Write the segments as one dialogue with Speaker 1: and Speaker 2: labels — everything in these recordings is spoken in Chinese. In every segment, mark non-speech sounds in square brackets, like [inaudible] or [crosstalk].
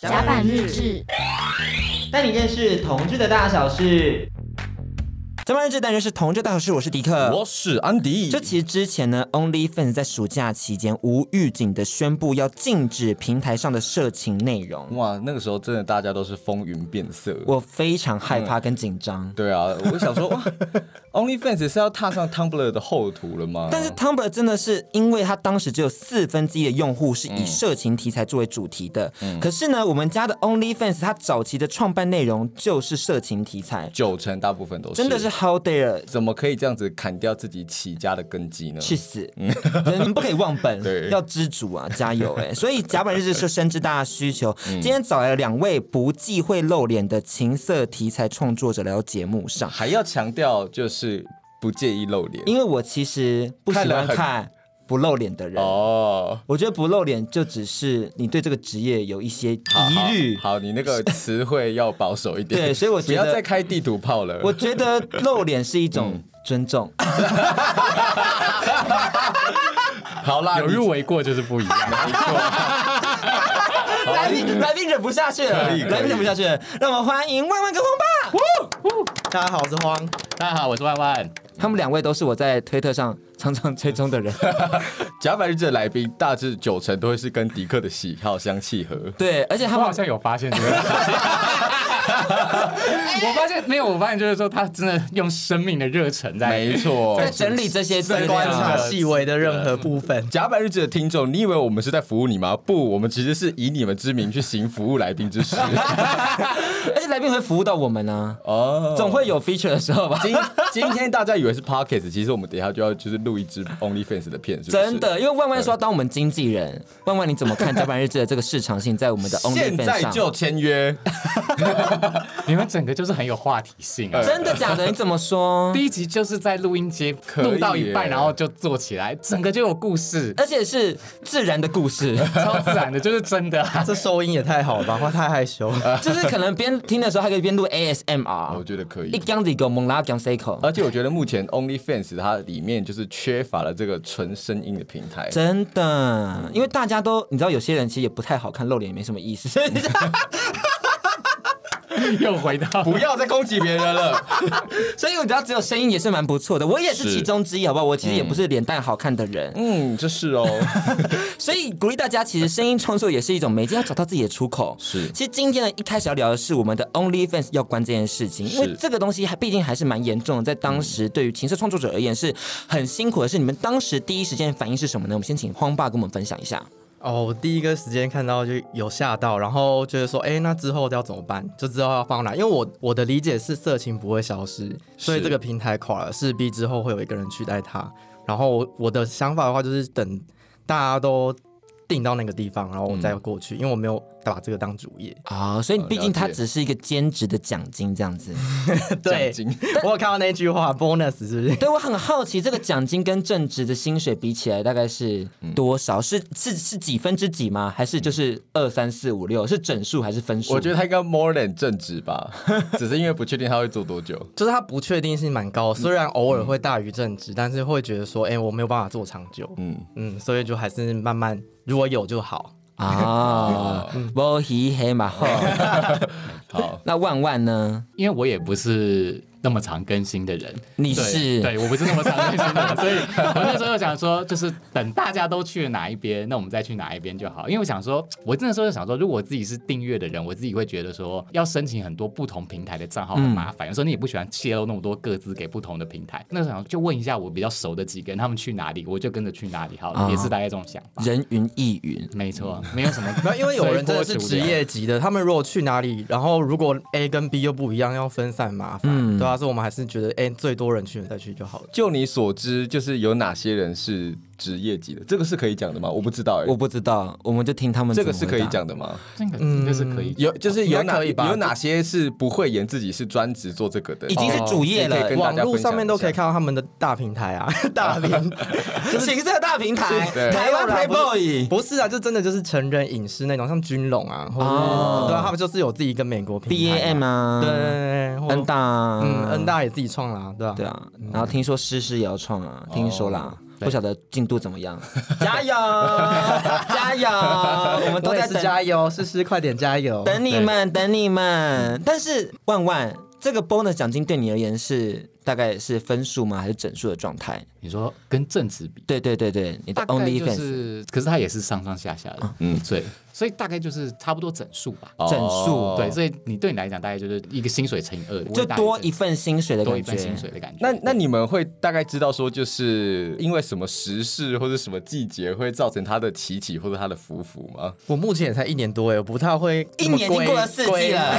Speaker 1: 甲板日志，
Speaker 2: 带你认识同志的大小事。甲板日志单元是同志大小事，我是迪克，
Speaker 3: 我是安迪。
Speaker 2: 这其实之前呢，OnlyFans 在暑假期间无预警的宣布要禁止平台上的色情内容，
Speaker 3: 哇，那个时候真的大家都是风云变色。
Speaker 2: 我非常害怕跟紧张。
Speaker 3: 对啊，我想说哇，OnlyFans 是要踏上 Tumblr 的后途了吗？
Speaker 2: 但是 Tumblr 真的是，因为它当时只有四分之一的用户是以色情题材作为主题的。可是呢，我们家的 OnlyFans 它早期的创办内容就是色情题材，
Speaker 3: 九成大部分都是，
Speaker 2: 真的是 How dare
Speaker 3: 怎么可以这样子砍掉自己起家的根基呢？
Speaker 2: 去死！人不可以忘本，
Speaker 3: [laughs] 对
Speaker 2: 要知足啊，加油哎、所以甲板日志是深知大家需
Speaker 3: [laughs]
Speaker 2: 求，
Speaker 3: 嗯
Speaker 2: 今天找来了两位不忌讳露脸的情色题材创作者来到节目上，
Speaker 3: 还要强调就是不介意露脸
Speaker 2: 因为我其实不喜
Speaker 3: 看了
Speaker 2: 欢
Speaker 3: 很
Speaker 2: 看不露脸的人。
Speaker 3: 哦。
Speaker 2: 我觉得不露脸就只是你对这个职业有一些
Speaker 3: 好好
Speaker 2: 疑虑。
Speaker 3: 好，你那个词汇要保守一
Speaker 2: [laughs]
Speaker 3: 点。
Speaker 2: 对所以我
Speaker 3: 不
Speaker 2: 觉得
Speaker 3: 要再开地图炮了。
Speaker 2: 我觉得露脸是一
Speaker 3: 嗯
Speaker 2: 种尊重，
Speaker 3: 好啦，
Speaker 4: 有入围过就是不一样。
Speaker 2: [laughs] 来宾来宾忍不下去了，
Speaker 3: 可以可以
Speaker 2: 来宾忍不下去了，让我们欢迎万万跟荒爸。
Speaker 5: 大家好，我是荒。
Speaker 4: [laughs] 大家好，我是万万。
Speaker 2: 他们两位都是我在推特上常常追踪的人。
Speaker 3: [laughs] 甲板日志的来宾大致九成都会是跟迪克的喜好相契合。
Speaker 2: 对，而且他
Speaker 4: 我
Speaker 2: 们
Speaker 4: 好像有发现这 [laughs] 个。我发现没有，我发现就是说他真的用生命的热忱在呃
Speaker 3: 没错，
Speaker 2: 在整理这些资
Speaker 5: 在观
Speaker 2: 料。
Speaker 5: 察细微的任何部分。
Speaker 3: 甲板日志的听众，你以为我们是在服务你吗？不，我们其实是以你们之名去行服务来宾 [laughs] 之实。
Speaker 2: 而且来宾会服务到我们呢、
Speaker 3: 哦，
Speaker 2: 总会有 feature 的时候吧。
Speaker 3: 今今天大家以为是 Pockets，其实我们等一下就要就是录一支 OnlyFans 的片，是不是
Speaker 2: 真。的，因为万万说要当我们经纪人，万万你怎么看甲板日志的这个市场性在我们的
Speaker 3: 现
Speaker 2: OnlyFans
Speaker 3: 在
Speaker 2: 上？
Speaker 3: 就签约，
Speaker 4: 你们整个就是很有话题性啊。
Speaker 2: 真的假的？你怎么说？
Speaker 4: 第一集就是在录音间
Speaker 3: 可以耶
Speaker 4: 录到一半，然后就做起来，整个就有故 [laughs] 事，
Speaker 2: 而且是自然的故
Speaker 3: [laughs]
Speaker 2: 事，
Speaker 4: 超自然的，就是真的啊。
Speaker 5: 这收音也太好了吧，我太害羞了。
Speaker 2: 就是可能边听的时候还可以边录
Speaker 3: 我
Speaker 2: ASMR，
Speaker 3: 觉得可
Speaker 2: 一
Speaker 3: 以。
Speaker 2: 讲几个猛拉讲 C 口，
Speaker 3: 而且我觉得目前 OnlyFans 它里面就是缺乏了这个纯声音的平台，
Speaker 2: 真的，因为大家都你知道，有些人其实也不太好看，露脸也没什么意思。
Speaker 4: 又回 [laughs] 到
Speaker 3: 不要再攻击别人了。
Speaker 2: 所以我觉得只有声音也是蛮不错的，我也是
Speaker 3: 是
Speaker 2: 其中之一，好不好？我其实也不是脸蛋好看的人，
Speaker 3: [laughs] 嗯，这是 [laughs] 哦，
Speaker 2: 所以鼓励大家，其实声音创作也是一种媒介，要找到自己的出口。
Speaker 3: 是
Speaker 2: 其实今天呢，一开始要聊的是我们的 OnlyFans 要关这件事情，因为
Speaker 3: 是
Speaker 2: 这个东西还毕竟还是蛮严重的，在当时对于情色创作者而言是很辛苦的事。你们当时第一时间反应是什么呢？我们先请荒爸跟我们分享一下。
Speaker 5: [laughs] 哦，我第一个时间看到就有吓到，然后觉得说，哎、那之后要怎么办？就之后要放哪？因为我我的理解是色情不会消失，所以
Speaker 3: 是
Speaker 5: 这个平台垮了，势必之后会有一个人取代它。然后我我的想法的话，就是等大家都定到那个地方，然后我再过去，因为我没有把这个当主业。
Speaker 2: 啊、所以
Speaker 3: 呃
Speaker 2: 毕竟它
Speaker 3: 了解
Speaker 2: 只是一个兼职的奖金这样子。
Speaker 5: [laughs] 对
Speaker 3: 奖金，
Speaker 5: 我有看到那句话 bonus 是不是？
Speaker 2: 对我很好奇，这个奖金跟正职的薪水比起来，大概是
Speaker 3: 嗯
Speaker 2: 多少？是是是几分之几吗？还是就是二三四五六？是整数还是分数？
Speaker 3: 我觉得他应该 more than 正职吧，只是因为不确定他会做多久。
Speaker 5: 就是它不确定性蛮高，虽然偶尔会大于正职，但是会觉得说，哎、我没有办法做长久，
Speaker 3: 嗯，
Speaker 5: 嗯，所以就还是慢慢，如果有就好。
Speaker 3: [laughs]
Speaker 2: 啊，无鱼黑嘛吼。
Speaker 3: 好，
Speaker 2: 那万万呢？
Speaker 4: 因为我也不是那么常更新的人，
Speaker 2: 你
Speaker 4: 对
Speaker 2: 是
Speaker 4: 对我不是那么常更新的人，
Speaker 5: [laughs]
Speaker 4: 所以我那时候就想说，就是等大家都去了哪一边，那我们再去哪一边就好。因为我想说，我那时候就想说，如果我自己是订阅的人，我自己会觉得说，要申请很多不同平台的账
Speaker 5: 嗯
Speaker 4: 号很麻烦，有时候你也不喜欢泄露那么多各自给不同的平台。那时候想就问一下我比较熟的几个人，他们去哪里，我就跟着去哪里好了，
Speaker 2: 啊
Speaker 4: 也是大概这种想法。
Speaker 2: 人云亦云。
Speaker 4: 没错，没有什么随波逐
Speaker 5: 嗯没
Speaker 4: 流，
Speaker 5: 有，因为有人真的是职业级的，他们如果去哪里，然后如果 A 跟 B 又不一样，要分散麻烦，对啊，所以我们还是觉得，哎、最多人去的再去就好了。
Speaker 3: 就你所知，就是有哪些人是职业级的？这个是可以讲的吗？我不知道、欸，
Speaker 2: 我不知道，我们就听他们
Speaker 3: 这
Speaker 2: 怎么
Speaker 3: 个是
Speaker 2: 回答哦
Speaker 3: 可以。讲的吗？
Speaker 4: 这个
Speaker 5: 嗯
Speaker 4: 应该是可以。
Speaker 3: 有，就是有
Speaker 5: 应该
Speaker 3: 哪
Speaker 5: 可以吧
Speaker 3: 有哪些是不会演自己是专职做这个的？
Speaker 2: 已经是主业了
Speaker 3: 哦你可以跟大
Speaker 5: 网
Speaker 3: 家
Speaker 5: 络
Speaker 3: 分享
Speaker 5: 上面都可以
Speaker 3: 一下。
Speaker 5: 看到他们的大平台 [laughs] 啊，大平
Speaker 2: 情色大平台，
Speaker 3: 对
Speaker 2: 台湾
Speaker 5: 没有啦
Speaker 2: Playboy
Speaker 5: 不是啊，就真的就是成人影视那种，像军龙啊，或者是、
Speaker 2: 哦
Speaker 5: 对啊，他们就是有自己跟美国平
Speaker 2: B A
Speaker 5: 台
Speaker 2: M
Speaker 5: 嘛，
Speaker 2: 啊，
Speaker 5: 对对对，对或嗯
Speaker 2: ，N 大，啊
Speaker 5: 嗯，恩。大也自己创啦，对吧、哦
Speaker 2: 对啊，然后听说诗诗也要创啊，听说啦。不晓得进度怎么
Speaker 5: [laughs]
Speaker 2: 样，加油加油，我们都
Speaker 5: 我也
Speaker 2: 在
Speaker 5: 是
Speaker 2: 等
Speaker 5: 加油，思思快点加油。
Speaker 2: 等你们等你
Speaker 5: 嗯
Speaker 2: 们。但是万万，这个 bonus 奖金对你而言是大概是分数吗？还是整数的状态？
Speaker 4: 你说跟正职比，
Speaker 2: 对对对对，你的
Speaker 4: 大概就
Speaker 2: OnlyFans
Speaker 4: 是，可是它也是上上下下的，嗯，对，所以大概就是差不多整数吧。
Speaker 3: 哦
Speaker 2: 整数
Speaker 4: 对，所以你对你来讲，大概就是一个薪水乘以二，
Speaker 2: 就多一
Speaker 4: 一
Speaker 2: 份薪水的
Speaker 4: 多一
Speaker 2: 感
Speaker 4: 份薪
Speaker 2: 觉。
Speaker 4: 水的感觉。
Speaker 3: 那那你们会大概知道说，就是因为什么时事或者什么季节会造成它的起起或者它的浮浮吗？
Speaker 5: 我目前也才一年多哎，我不太会
Speaker 2: 一
Speaker 5: 那么
Speaker 2: 年已经
Speaker 5: 归
Speaker 2: 过了四季。了
Speaker 5: [laughs]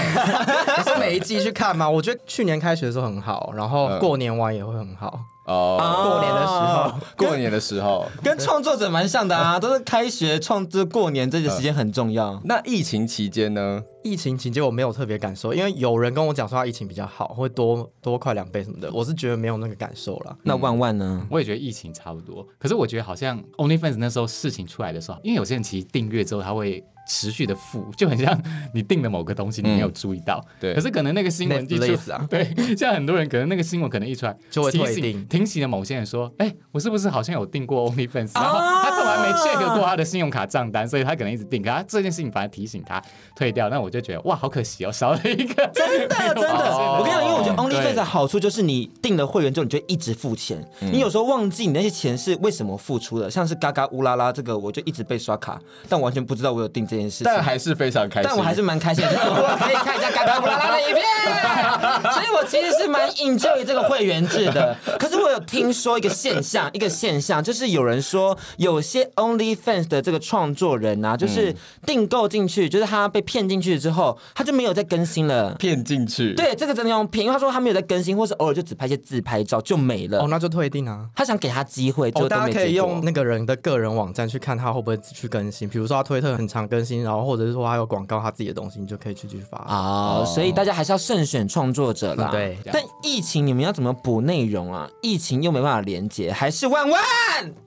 Speaker 5: 归，你是每一季去看吗？我觉得去年开学的时候很好，然后
Speaker 3: 嗯
Speaker 5: 过年完也会很好。
Speaker 3: 哦，
Speaker 2: 啊
Speaker 5: 过年的时候，
Speaker 3: 过年的时候，
Speaker 2: 跟创作者蛮像的
Speaker 4: [laughs]
Speaker 2: 啊，都是开学创作过年这个时间很重要。
Speaker 3: 那疫情期间呢？
Speaker 5: 疫情期间我没有特别感受，因为有人跟我讲说他疫情比较好，会多多快两倍什么的，我是觉得没有那个感受啦。
Speaker 2: 那万万呢？
Speaker 4: 我也觉得疫情差不多，可是我觉得好像 OnlyFans 那时候事情出来的时候，因为有些人其实订阅之后他会持续的付，就很像 [laughs] 你订了某个东西你没有注意到，
Speaker 3: 对
Speaker 4: 可是可能那个新闻一出
Speaker 5: 嗯 Netflix 啊
Speaker 4: 对，像很多人可能那个新闻可能一出来
Speaker 5: [laughs] 就会
Speaker 4: 提
Speaker 5: 退
Speaker 4: 醒
Speaker 5: 订
Speaker 4: 提醒了某些人说，哎、我是不是好像有订过 OnlyFans？然后
Speaker 5: 啊
Speaker 4: 他从来没 check 过他的信用卡账单，所以他可能一直订，可他这件事情反而提醒他退掉，那我就觉得哇，好可惜哦，少了一个
Speaker 2: 真的真的，我跟你讲，因为我觉得 OnlyFans
Speaker 4: 对
Speaker 2: 的好处就是你订了会员之后，你就一直付钱。你有时候忘记你那些钱是为什么付出的，像是嘎嘎乌拉拉这个，我就一直被刷卡，但我完全不知道我有订这件事情
Speaker 3: 但。还是非常开心。
Speaker 2: 但我还是蛮开心 [laughs] 的，就是我可以看一下嘎嘎乌拉拉的影片，所以我其实是蛮 enjoy 这个会员制的。可是我有听说一个现 [laughs] 象，一个现象就是有人说，有些 OnlyFans 的这个创作人啊，就是订购进去，就是他被骗进去之后，他就没有再更新了。
Speaker 3: 骗进去。，
Speaker 2: 对，这个真的用骗，因为他说他没有在更新，或是偶尔就只拍一些自拍照就没了。
Speaker 5: 哦，那就退订啊。
Speaker 2: 他想给他机会，就
Speaker 5: 哦，
Speaker 2: 都
Speaker 5: 大
Speaker 2: 没
Speaker 5: 家可以
Speaker 2: 结果
Speaker 5: 用那个人的个人网站去看他会不会去更新，比如说他推特很常更新，然后或者是说他有广告他自己的东西，你就可以去继续发。啊、
Speaker 2: 啊、所以大家还是要慎选创作者啦。
Speaker 5: 对
Speaker 4: 这样
Speaker 2: 但疫情你们要怎么补内容啊？疫情又没办法连接，还是万万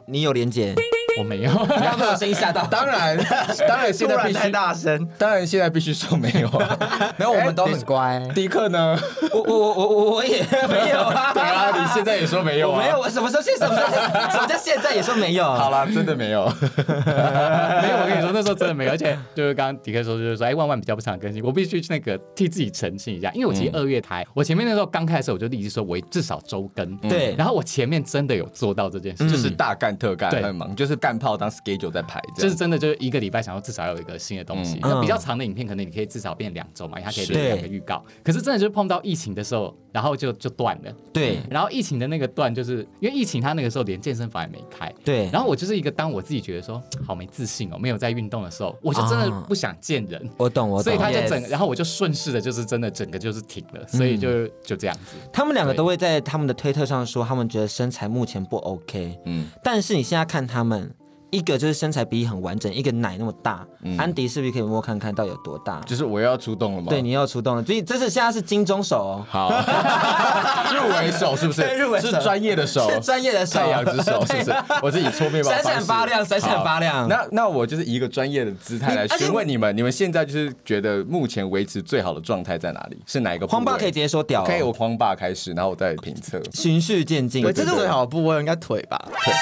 Speaker 2: 你有连接？
Speaker 4: 我没有。
Speaker 2: 不要被我声音吓到。
Speaker 3: 当然，当然现在必须，
Speaker 5: 大声，
Speaker 3: 当然现在必须说没有啊。
Speaker 5: 哦没有，我们都
Speaker 3: 哎
Speaker 5: 很
Speaker 3: 你
Speaker 5: 乖。
Speaker 3: 迪克呢？
Speaker 2: 我我我我我我也没有啊。
Speaker 3: 对 [laughs] 啊，你现在也说没有
Speaker 2: 我
Speaker 3: 啊？
Speaker 2: 没有，。我什么时候现什么时候什么叫现在也说没有？[laughs]
Speaker 3: 好啦，真的没有。
Speaker 4: [laughs] 没有，我跟你说，那时候真的没有，而且就是刚刚迪克说，就是说，哎，万万比较不想更新，我必须去那个替自己澄清一下，因为我
Speaker 2: 嗯
Speaker 4: 其实二月台，我前面那时候刚开始我就立志说，我至少周更，
Speaker 2: 对嗯
Speaker 4: 然后我前面真的有做到这件事，
Speaker 3: 就
Speaker 4: 就是是。
Speaker 3: 大干特干，
Speaker 4: 对
Speaker 3: 很忙，就是干炮当 schedule 在排，这
Speaker 4: 就
Speaker 3: 样
Speaker 4: 是真的，就是一个礼拜想要至少要有一个新的东西。
Speaker 2: 嗯
Speaker 4: 那比较长的影片，可能你可以至少变两周嘛，因为它可以
Speaker 2: 是
Speaker 4: 变两个预告。可是真的就是碰到疫情的时候，然后就就断了。
Speaker 2: 对
Speaker 4: 然后疫情的那个断，就是因为疫情，他那个时候连健身房也没开。
Speaker 2: 对，
Speaker 4: 然后我就是一个，当我自己觉得说好没自信哦，没有在运动的时候，我就真的
Speaker 2: 啊
Speaker 4: 不想见人。
Speaker 2: 我懂我懂。
Speaker 4: 所以他就整
Speaker 5: Yes
Speaker 4: 然后我就顺势的，就是真的整个就是停了，所以就、
Speaker 2: 嗯
Speaker 4: 就这样子。
Speaker 2: 他们两个都会在他们的推特上说，他们觉得身材目前不 OK。嗯
Speaker 3: 嗯，
Speaker 2: 但是你现在看他们，一个就是身材比例很完整，一个奶那么大。安迪是不是可以摸看看到底有多大？
Speaker 3: 就是我又要出动了吗？
Speaker 2: 对，你又出动了，所以这是现在是金钟手哦，
Speaker 3: 好，入围手是不是？
Speaker 2: 对入围手
Speaker 3: 是专业的
Speaker 2: [laughs]
Speaker 3: 手，
Speaker 2: 是专业的手，哦啊
Speaker 3: 太阳之手是不是？我自己搓面包
Speaker 2: 闪
Speaker 3: 方式，
Speaker 2: 闪发亮，闪闪发亮。
Speaker 3: 那那我就是以一个专业的姿态来
Speaker 2: 你而且
Speaker 3: 询问你们，你们现在就是觉得目前维持最好的状态在哪里？是哪一个部位？
Speaker 2: 黄爸可以直接说屌、哦，
Speaker 3: 可以，我黄爸开始，然后我再评
Speaker 2: [laughs]
Speaker 3: 测。
Speaker 2: 循序渐进，
Speaker 5: 对，这是最好的部位，应该腿吧？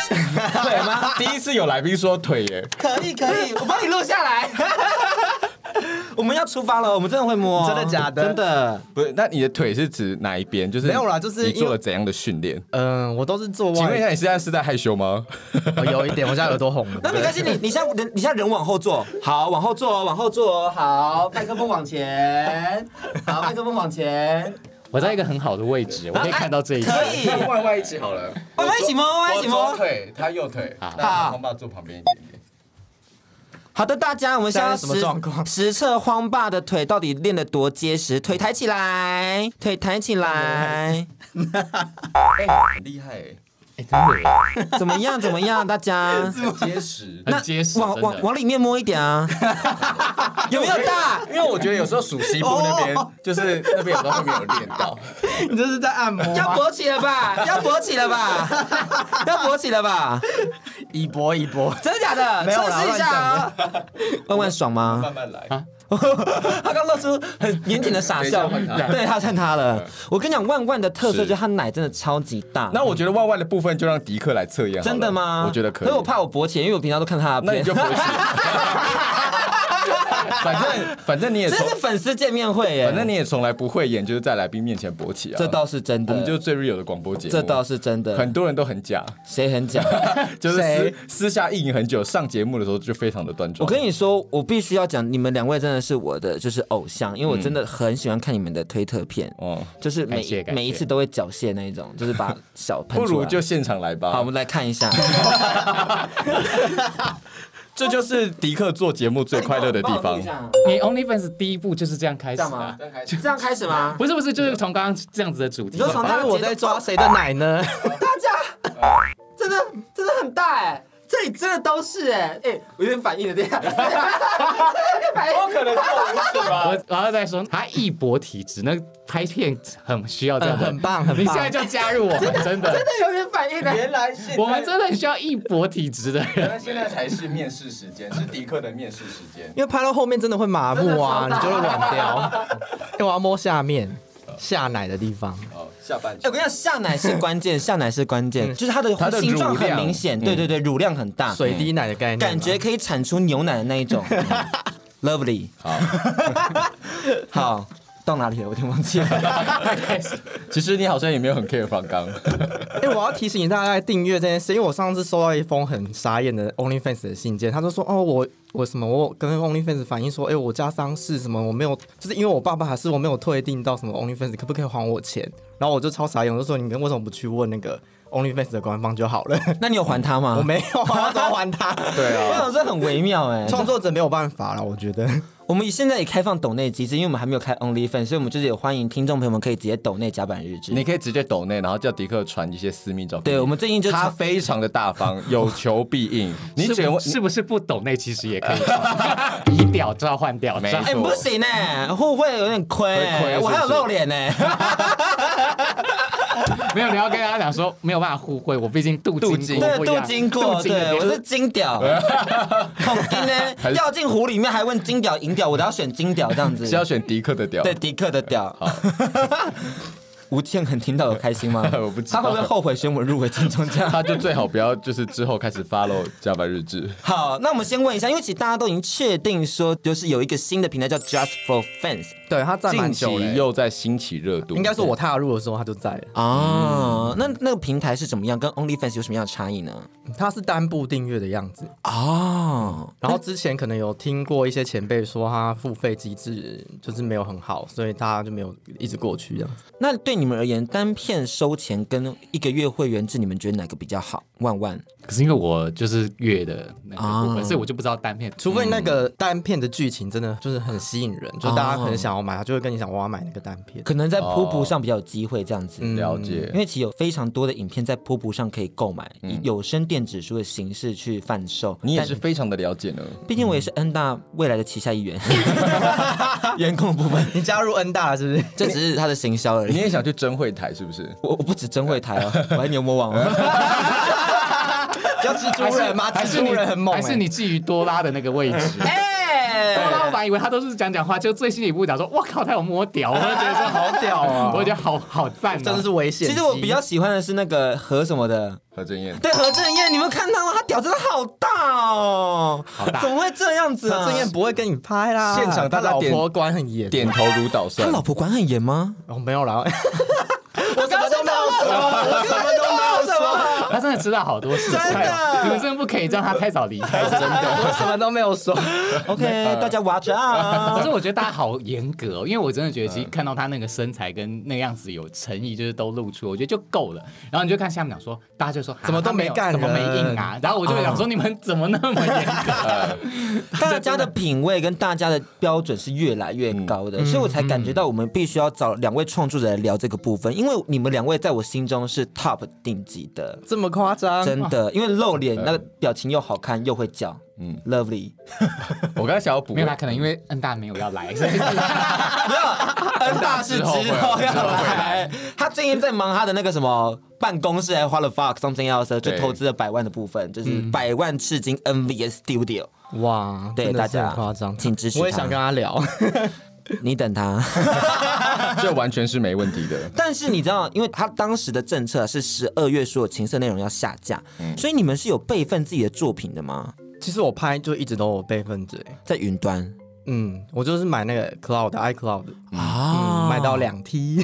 Speaker 3: 腿吗？第一次有来宾说腿耶，
Speaker 2: 可以可以，我帮你录下来。 [laughs] 我们要出发了，我们真的会摸哦、
Speaker 5: 真的假的
Speaker 2: 真的。
Speaker 3: 不是？那你的腿是指哪一边？就是
Speaker 5: 没有啦就是
Speaker 3: 你
Speaker 5: 因为
Speaker 3: 做了怎样的训练？
Speaker 5: 嗯、我都是做
Speaker 3: 请问一
Speaker 5: 外，
Speaker 3: 下，你现在是在害羞 [laughs] 吗？
Speaker 5: 哦有一点，我现在耳朵红了。
Speaker 2: 那没关系，你你现在人你现在人往后坐，好，往后坐哦，往后坐哦，好，麦克风往前，好，麦克风往前，
Speaker 4: 我在一个很好的位置，我可以看到这一切。
Speaker 2: 可以，
Speaker 3: 哎外外一起
Speaker 2: [laughs]
Speaker 3: 好了，
Speaker 2: 我们一起摸，我们一起摸。
Speaker 3: 腿，他右腿，
Speaker 2: 那黄
Speaker 3: 爸坐旁边一点点。
Speaker 2: 好的，大家，我们现在要
Speaker 5: 现在是什么状况
Speaker 2: 实实测荒爸的腿到底练得多结实，腿抬起来，腿抬起来，
Speaker 3: 哎很厉害欸耶，
Speaker 4: 哎真的耶
Speaker 2: 怎么样？怎么样？大家，
Speaker 3: 很结实。
Speaker 4: 很结实，
Speaker 2: 往
Speaker 4: 真
Speaker 2: 往
Speaker 4: 的。
Speaker 2: 往里面摸一点啊，有没有大？
Speaker 3: 因为我觉得有时候数西部那边，
Speaker 2: 哦
Speaker 3: 就是那边有时候会没有练到。 [laughs]
Speaker 5: [laughs] 你这是在按摩啊
Speaker 2: 要
Speaker 5: 吗？
Speaker 2: 勃起了吧？要勃起了吧？要勃起了吧？
Speaker 5: 一波一波。
Speaker 2: 真的假的？
Speaker 5: 没有啦
Speaker 2: 哦测试一下啊！万万爽吗？
Speaker 3: 慢来
Speaker 4: 啊
Speaker 2: [laughs] 他刚露出很严谨的傻笑，
Speaker 3: 等一下换
Speaker 2: 对他看他了。我跟你讲，万万的特色就是他奶真的超级大。
Speaker 3: [laughs] 嗯那我觉得万万的部分就让迪克来测验好了，
Speaker 2: 真的吗？
Speaker 3: 我觉得可以。
Speaker 2: 是我怕我勃起，因为我平常都看他的
Speaker 3: [laughs] 那你
Speaker 2: 片
Speaker 3: 就。不是。 [laughs]
Speaker 2: [laughs]
Speaker 3: 反正反正你也
Speaker 2: 这
Speaker 3: 从，
Speaker 2: 是粉丝见面会耶，
Speaker 3: 反正你也从来不会演，就是在来宾面前勃起啊。
Speaker 2: 这倒是真
Speaker 3: 我
Speaker 2: 的，
Speaker 3: 们就是最 real 的广播节目。
Speaker 2: 这倒是真的
Speaker 3: 很，多人都很假，
Speaker 2: 谁很
Speaker 3: [laughs]
Speaker 2: 假？
Speaker 3: 就是私
Speaker 5: 谁
Speaker 3: 私下意淫很久，上节目的时候就非常的端庄。
Speaker 2: 我跟你说，我必须要讲，你们两位真的是我的就是偶像，因为我真的很喜欢看你们的推特片，
Speaker 3: 哦，
Speaker 2: 就是每
Speaker 4: 感谢感谢
Speaker 2: 每一次都会缴械那一种，就是把小喷
Speaker 3: 不
Speaker 2: 出
Speaker 3: 如
Speaker 2: 来
Speaker 3: 就现场来吧。
Speaker 2: 好，我们来看一下。
Speaker 3: 这就是迪克做节目 [laughs] 最快乐的地方。
Speaker 4: 你 OnlyFans 第一步就是这样开始
Speaker 2: 这样
Speaker 4: 的
Speaker 2: 吗，？这样开始吗？
Speaker 4: 不是不是，就是从刚刚这样子的主
Speaker 2: 你
Speaker 4: 题
Speaker 2: 说。从
Speaker 5: 然
Speaker 2: 那
Speaker 5: 后我在抓谁的奶呢？
Speaker 2: 大家，真的真的很大哎、这里真的都是哎、哎、我有点反应了，这 [laughs] 样，
Speaker 3: 不可能做无耻吧？
Speaker 4: 我然后再说，他一博体质，那拍片很需要这
Speaker 2: 嗯
Speaker 4: 样的，
Speaker 5: 很棒很棒
Speaker 4: [laughs] 你现在就加入我们，真的，
Speaker 2: [laughs] 真的有点反应了。
Speaker 3: 原来现
Speaker 4: 我们真的很需要一博体质的人。
Speaker 3: 原来现在才是面试时间，是迪克的面试时
Speaker 5: [laughs]
Speaker 3: 间。
Speaker 5: [laughs] 因为拍到后面真的会麻木啊，
Speaker 2: 真
Speaker 5: 你
Speaker 2: 的超大
Speaker 5: 就会软掉。 [laughs] 因为我要摸下面下奶的地方，
Speaker 3: 哦，下半
Speaker 2: 哎我跟你讲，下奶是关键， [laughs] 下奶是关键，就是嗯它的
Speaker 3: 它的
Speaker 2: 形状
Speaker 3: 乳
Speaker 2: 很
Speaker 3: 量
Speaker 2: 明显，对对对，乳量嗯很大，嗯
Speaker 5: 水滴奶的概念嘛，
Speaker 2: 感觉可以产出牛奶的那一种，lovely。
Speaker 3: 好，
Speaker 2: [laughs] 好，到哪里了？我有点忘记了。
Speaker 3: [laughs] 其实你好像也没有很 care 方刚，
Speaker 5: 哎、我要提醒大家订阅这件事，因为我上次收到一封很傻眼的 OnlyFans 的信件，他就说哦，我我什么，我跟 OnlyFans 反映说，哎、我家丧事什么，我没有，就是因为我爸爸还是我没有退订到什么 OnlyFans，可不可以还我钱？然后我就超傻眼，我就说你们为什么不去问那个 OnlyFans 的官方就好了？
Speaker 2: [laughs]
Speaker 5: [laughs]
Speaker 2: 那你有还他吗？
Speaker 5: 我。没有啊，我怎么还他？
Speaker 3: 对
Speaker 2: [laughs] 我
Speaker 3: 啊，
Speaker 2: 想这很微妙哎、
Speaker 5: 创作者没有办法了，我觉得。
Speaker 2: 我们现在也开放抖内机制，因为我们还没有开 OnlyFans，所以我们就是也欢迎听众朋友们可以直接抖内甲板日志。
Speaker 3: 你可以直接抖内，然后叫迪克传一些私密照片。
Speaker 2: 对，我们最近就
Speaker 3: 他非常的大方，有求必应。你
Speaker 4: 是
Speaker 3: 只
Speaker 4: 不
Speaker 3: 问
Speaker 4: 是不是不懂那其实也可以以屌照换屌
Speaker 3: 没
Speaker 4: 照
Speaker 3: 错，
Speaker 2: 哎、不行呢、互惠有点亏、
Speaker 3: 会亏
Speaker 2: 我还有
Speaker 3: 是不是
Speaker 2: 露脸
Speaker 3: [laughs]
Speaker 2: 呢、
Speaker 4: 没有你要跟大家讲说没有办法互惠，我毕竟镀
Speaker 3: 镀
Speaker 4: 金
Speaker 3: 金
Speaker 4: 过
Speaker 2: 对，
Speaker 4: 不一样
Speaker 2: 镀金
Speaker 3: [laughs]
Speaker 2: 过，
Speaker 4: 镀金的
Speaker 2: 对，
Speaker 4: 别
Speaker 2: 我
Speaker 4: 人
Speaker 2: 是金屌，恐金呢
Speaker 3: 还是
Speaker 2: 掉进湖里面还问金屌银屌，我都要选金屌这样子
Speaker 3: 是，要选迪克的屌？
Speaker 2: 对，迪克的屌。 [laughs] 吴倩很听到有开心吗？
Speaker 3: [laughs] 我不知道
Speaker 2: 他会不会后悔选我入围金钟奖？
Speaker 3: [laughs] 他就最好不要就是之后开始 follow 加班日志。
Speaker 2: 好，那我们先问一下，因为其实大家都已经确定说，就是有一个新的平台叫 Just for Fans
Speaker 5: 对他站蛮
Speaker 3: 近
Speaker 5: 久
Speaker 3: 期
Speaker 5: 了，
Speaker 3: 又在兴起热度，
Speaker 5: 应该是我踏入的时候他就在了。
Speaker 2: 嗯哦，那那个平台是怎么样？跟 OnlyFans 有什么样的差异呢？
Speaker 5: 他是单步订阅的样子，
Speaker 2: 哦，
Speaker 5: 然后之前可能有听过一些前辈说，他付费机制就是没有很好，所以他就没有一直过去这样子。
Speaker 2: 那对你们而言，单片收钱跟一个月会员制，你们觉得哪个比较好？万万
Speaker 4: 可是因为我就是月的那个部分，
Speaker 2: 哦
Speaker 4: 所以我就不知道单片。
Speaker 5: 除非那个单片的剧情真的就是很吸引人，就大家很想要买，他就会跟你讲我要买那个单片。
Speaker 2: 可能在瀑布上比较有机会这样子。
Speaker 5: 嗯
Speaker 3: 了解
Speaker 2: 因。为其实有非常多的影片在瀑布上可以购买，以有声电子书的形式去贩售。
Speaker 3: 你也
Speaker 2: 但
Speaker 3: 是非常的了解呢，
Speaker 2: 毕竟我也是 N 大未来的旗下一员，员工的部分，
Speaker 5: [laughs] 你加入 N 大了是不是？
Speaker 2: 这只是他的行销而
Speaker 3: 你
Speaker 2: 已。
Speaker 3: 也想去真会台是不是？
Speaker 2: 我我不止真会台哦，我还牛魔王哦。
Speaker 5: [laughs] 要蜘
Speaker 4: 还
Speaker 5: 蛛
Speaker 4: 是
Speaker 5: 人吗？
Speaker 4: 还
Speaker 5: 蜘
Speaker 4: 是
Speaker 5: 蛛
Speaker 4: 你
Speaker 5: 人很猛、欸
Speaker 4: 还是你觊觎多拉的那个位置？
Speaker 2: 哎
Speaker 4: 多拉我本来以为他都是讲讲话，就最新一部讲说，我靠，他有摸屌，我就觉得说好
Speaker 5: [laughs] 好屌啊、
Speaker 4: 我觉得好好赞、哦，
Speaker 5: 欸真的是危险
Speaker 2: 其
Speaker 5: 机。
Speaker 2: 实我比较喜欢的是那个何什么的，
Speaker 3: 何正燕，
Speaker 2: 对何正燕，你们看到吗？他屌真的好大哦，
Speaker 4: 大
Speaker 2: 怎么会这样子啊？
Speaker 5: 郑燕不会跟你拍啦，
Speaker 3: 现场大
Speaker 5: 他
Speaker 3: 家
Speaker 5: 老
Speaker 3: 点
Speaker 5: 婆管很严。
Speaker 3: [laughs] 点头如捣
Speaker 2: 他
Speaker 3: 蒜。
Speaker 2: 老婆管很严吗？
Speaker 5: 哦，没有啦，
Speaker 2: 我刚刚都没有说，我什么都没有说。
Speaker 4: 他真的知道好多事情哦，
Speaker 2: 真的
Speaker 4: 你们真的不可以让他太早离
Speaker 5: [laughs]
Speaker 4: 开，真的。
Speaker 5: [laughs] 我什么都没有说。
Speaker 2: OK，大家 watch [laughs]
Speaker 4: 可
Speaker 2: out。
Speaker 4: [laughs] 是我觉得大家好严格、哦，因为我真的觉
Speaker 2: 嗯
Speaker 4: 得，其实看到他那个身材跟那个样子有诚意，就是都露出，我觉得就够了。然后你就看下面讲说，大家就说啊
Speaker 5: 怎么都
Speaker 4: 他没有
Speaker 5: 没干
Speaker 4: 怎么没硬啊？然后我就想说，你们怎么那么严格？
Speaker 2: 大家的品味跟大家的标准是越来越高的，所以我才感觉到我们必须要找两位创作者来聊这个部分，因为你们两位在我心中是 top 顶级的。
Speaker 5: [laughs] 这么么夸张？
Speaker 2: 真的，因为露脸那个表情又好看又会叫，嗯
Speaker 3: 嗯
Speaker 2: ，lovely。
Speaker 3: 我刚才想要
Speaker 2: 嗯
Speaker 3: 补
Speaker 4: 没有啦，可能因为恩大没有要来，所以
Speaker 2: 没有，恩大是之后要来，他最近在忙他的那个什么办公室，还花了 Fox something else，就
Speaker 3: 对嗯
Speaker 2: 投资了百万的部分，就是百万赤金 NVS Studio。
Speaker 5: 哇，
Speaker 2: 对
Speaker 5: 真的是
Speaker 2: 大家
Speaker 5: 很夸张，
Speaker 2: 请支持他
Speaker 5: 我也想跟他聊，
Speaker 2: 你等
Speaker 3: [laughs]
Speaker 2: 他。
Speaker 3: 这完全是没问题的。
Speaker 2: 但是你知道，因为他当时的政策啊是十二月所有情色内容要下架，
Speaker 3: 嗯
Speaker 2: 所以你们是有备份自己的作品的吗？
Speaker 5: 其实我拍就一直都有备份着欸，
Speaker 2: 在云端
Speaker 5: 嗯，我就是买那个 Cloud iCloud，
Speaker 2: 啊
Speaker 5: 嗯，买到两 T，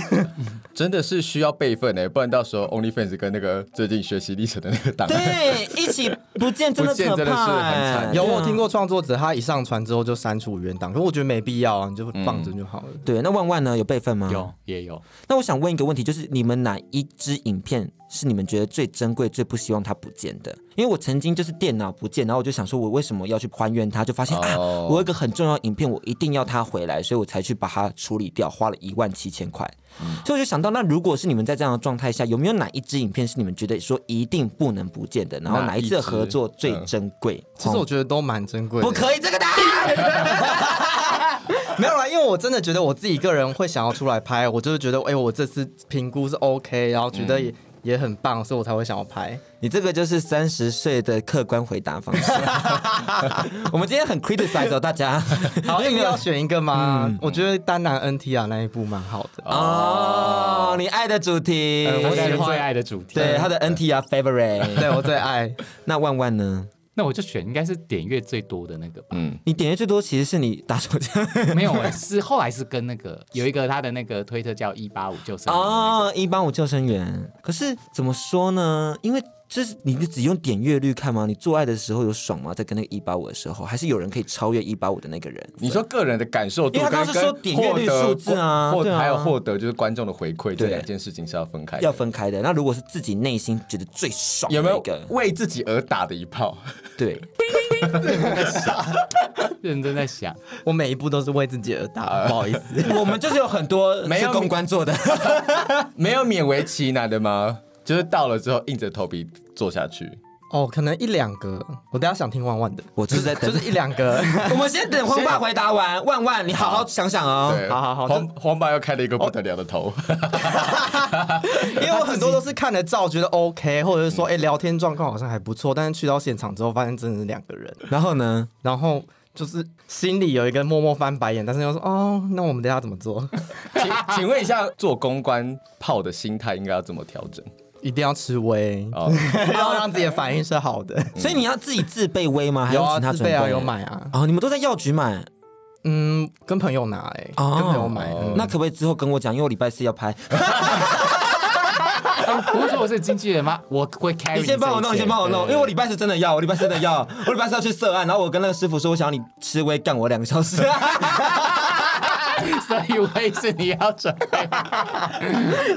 Speaker 3: 真的是需要备份诶、不然到时候 OnlyFans 跟那个最近学习历程的那个档案，
Speaker 2: 对，一起不见真的
Speaker 3: 不见
Speaker 2: 可
Speaker 3: 真的是
Speaker 2: 怕、
Speaker 3: 很惨
Speaker 2: 哎
Speaker 5: 有啊我听。过创作者他一上传之后就删除原档，可我觉得没必要啊，你就放着就好了。
Speaker 2: 对啊对，那万万呢？有备份吗？
Speaker 4: 有。也有。
Speaker 2: 那我想问一个问题，就是你们哪一支影片是你们觉得最珍贵、最不希望它不见的？因为我曾经就是电脑不见，然后我就想说，我为什么要去还原它？就发现、啊，
Speaker 3: 哦
Speaker 2: 我有一个很重要的影片，我一定要它回来，所以我才去把它处理掉，花了一万七千块。
Speaker 5: 嗯
Speaker 2: 所以我就想到，那如果是你们在这样的状态下，有没有哪一支影片是你们觉得说一定不能不见的？然后哪一次的合作最珍贵？
Speaker 5: 嗯
Speaker 2: 哦
Speaker 5: 其实我觉得都蛮珍贵的，
Speaker 2: 不可以这个答
Speaker 5: [laughs]
Speaker 2: 案。
Speaker 5: 没有啦，因为我真的觉得我自己个人会想要出来拍，我就是觉得，哎、我这次评估是 OK，然后觉得也、也很棒，所以我才会想要拍。
Speaker 2: 你这个就是三十岁的客观回答方式。我们今天很 criticize 哦，大家。
Speaker 5: 好，嗯硬要选一个吗？我觉得丹南 NT 啊那一部蛮好的。
Speaker 2: 哦，你爱的主题，
Speaker 5: 呃
Speaker 4: 我
Speaker 5: 我
Speaker 4: 喜
Speaker 5: 也
Speaker 4: 欢
Speaker 5: 会
Speaker 4: 最爱的主题。
Speaker 2: 对他的 NTR favorite。
Speaker 5: 对我最爱，
Speaker 2: 那万万呢？
Speaker 4: 那我就选应该是点阅最多的那个吧。
Speaker 2: 你点阅最多其实是你打手枪
Speaker 4: 没有，是后来是跟
Speaker 2: [laughs]
Speaker 4: 那个有一个他的那个推特叫一八五救生员那个
Speaker 2: 哦，一八五救生员。可是怎么说呢？因为就是你只用点阅率看吗？你做爱的时候有爽吗？在跟那个一八五的时候，还是有人可以超越一八五的那个人？
Speaker 3: 你说个人的感受度
Speaker 2: 因为
Speaker 3: 跟
Speaker 2: 他刚
Speaker 3: 跟
Speaker 2: 刚是说点阅率
Speaker 3: 获得
Speaker 2: 数字啊
Speaker 3: 获
Speaker 2: 对啊
Speaker 3: 还有获得就是观众的回馈，这
Speaker 2: 对
Speaker 3: 两件事情是要分开的。
Speaker 2: 要分开的。那如果是自己内心觉得最爽的
Speaker 3: 有没
Speaker 2: 那
Speaker 3: 有
Speaker 2: 个，
Speaker 3: 为自己而打的一炮？ [laughs]
Speaker 2: 对，
Speaker 4: 认真在想，
Speaker 5: 我每一部都是为自己而打，不好意思。
Speaker 2: [laughs] 我们就是有很多
Speaker 3: 没有
Speaker 2: 是公关做的。
Speaker 3: 没有勉为其难的吗？就是到了之后硬着头皮做下去。
Speaker 5: 哦，可能一两个，我等一下想听万万的，
Speaker 2: 我就是在等
Speaker 5: 就是一两
Speaker 2: [laughs]
Speaker 5: 个。
Speaker 2: [laughs] 我们先等黄爸回答完，万万你好好想想哦。
Speaker 3: 对，
Speaker 5: 好好好
Speaker 3: 黄黄爸又开了一个不得了的头。
Speaker 5: 因为我很多都是看了照觉得 OK，或者是说哎、聊天状况好像还不错，但是去到现场之后发现真的是两个人，
Speaker 2: 然后呢？
Speaker 5: 然后就是心里有一个默默翻白眼，但是又说哦，那我们等一下怎么
Speaker 2: [laughs]
Speaker 5: 做？
Speaker 3: 请请问一下，做公关炮的心态应该要怎么调整？
Speaker 5: 一定要吃威，
Speaker 3: 哦，
Speaker 5: 然后让自己的反应是好的。
Speaker 2: 所以你要自己自备微吗？还
Speaker 5: 有
Speaker 2: 要
Speaker 5: 啊，
Speaker 2: 请他
Speaker 5: 自
Speaker 2: 准备？
Speaker 5: 备啊，有。买啊，
Speaker 2: 哦，你们都在药局买，
Speaker 5: 嗯，跟朋友拿哎、
Speaker 2: 哦
Speaker 5: 跟朋友买。嗯
Speaker 2: 那可不可以之后跟我讲？因为我礼拜四要拍，
Speaker 4: 啊不是说我是经纪人吗？我会 carry
Speaker 2: 你先帮我弄，你先帮我弄，因为我
Speaker 4: 里
Speaker 2: 礼拜四真的要，我礼拜四真的要， [laughs] 我礼拜四要去涉案，然后我跟那个师傅说，我想要你吃微干我两个小时。
Speaker 4: [laughs] 所以我也是你要准备。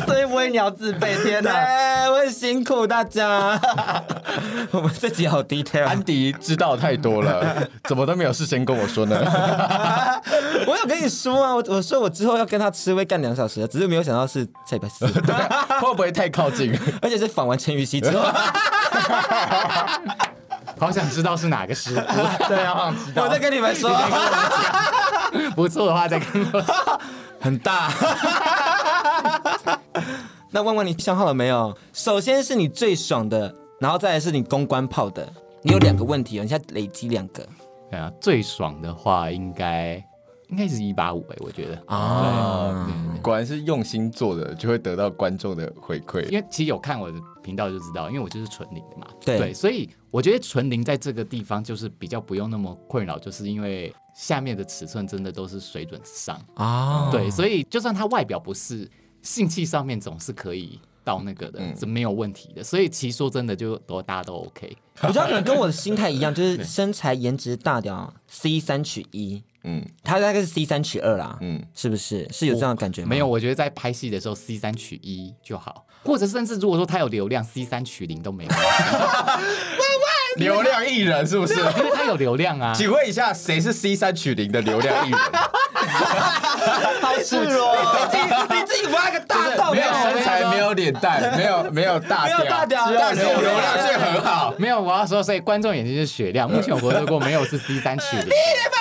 Speaker 5: 所以威你要自备，天
Speaker 2: 对，
Speaker 5: 哪！
Speaker 2: 我很辛苦大家。 [laughs] 我们这集好 detail
Speaker 3: 安。迪知道太多了，怎么都没有事先跟我说
Speaker 2: [laughs]
Speaker 3: 呢？
Speaker 2: 我有跟你说啊，我我说我之后要跟他吃微干两小时，啊只是没有想到是下礼拜 [laughs] 四，
Speaker 3: 会不会太靠近？
Speaker 2: 而且是访完陈雨希之 [laughs] 后。
Speaker 4: 好想知道是哪个师傅，
Speaker 5: 对啊，好想知道。
Speaker 2: 我在跟你们说，
Speaker 4: [laughs] 不错的话再跟我。
Speaker 2: [laughs] 很大。 [laughs] 那问问你想好了没有？首先是你最爽的，然后再来是你公关炮的。你有两个问题哦，你现在累积两个
Speaker 4: 对啊，最爽的话应该应该是一八五哎，我觉得。
Speaker 2: 啊。
Speaker 3: 果然是用心做的，就会得到观众的回馈。
Speaker 4: 因为其实有看我的频道就知道，因为我就是纯零的嘛，
Speaker 2: 对
Speaker 4: 所以我觉得纯零在这个地方就是比较不用那么困扰，就是因为下面的尺寸真的都是水准之上，
Speaker 2: 啊，
Speaker 4: 对，所以就算他外表不是，性器上面总是可以到那个的，是没有问题的。所以其实说真的，就都大家都 OK。
Speaker 2: 我觉得可能跟我的心态一样，就是身材、颜值、大屌，C 三取一，
Speaker 3: 嗯
Speaker 2: 他大概是 C 三取二啦，嗯
Speaker 3: 嗯，
Speaker 2: 是不是？是有这样的感觉吗？
Speaker 4: 没有，，
Speaker 5: 嗯
Speaker 4: 我觉得在拍戏的时候 C 三取一就好，或者甚至如果说他有流量，C 三取零都没有。
Speaker 3: 流量艺人是不是？
Speaker 4: 因为他有流量啊。
Speaker 3: 请问一下，谁是 C 三取零的流量艺人？
Speaker 5: 好赤裸哦，
Speaker 2: 自己你自己挖个大啊洞，
Speaker 3: 没有
Speaker 2: 没
Speaker 3: 身材，没有脸蛋，没有没有大
Speaker 2: 有大屌，
Speaker 3: 但是有流量却很好，
Speaker 4: 没有，我要说，所以观众眼睛是雪
Speaker 5: 呃
Speaker 4: 亮。目前我合作过没有是 C 三
Speaker 5: [laughs]
Speaker 4: 曲的，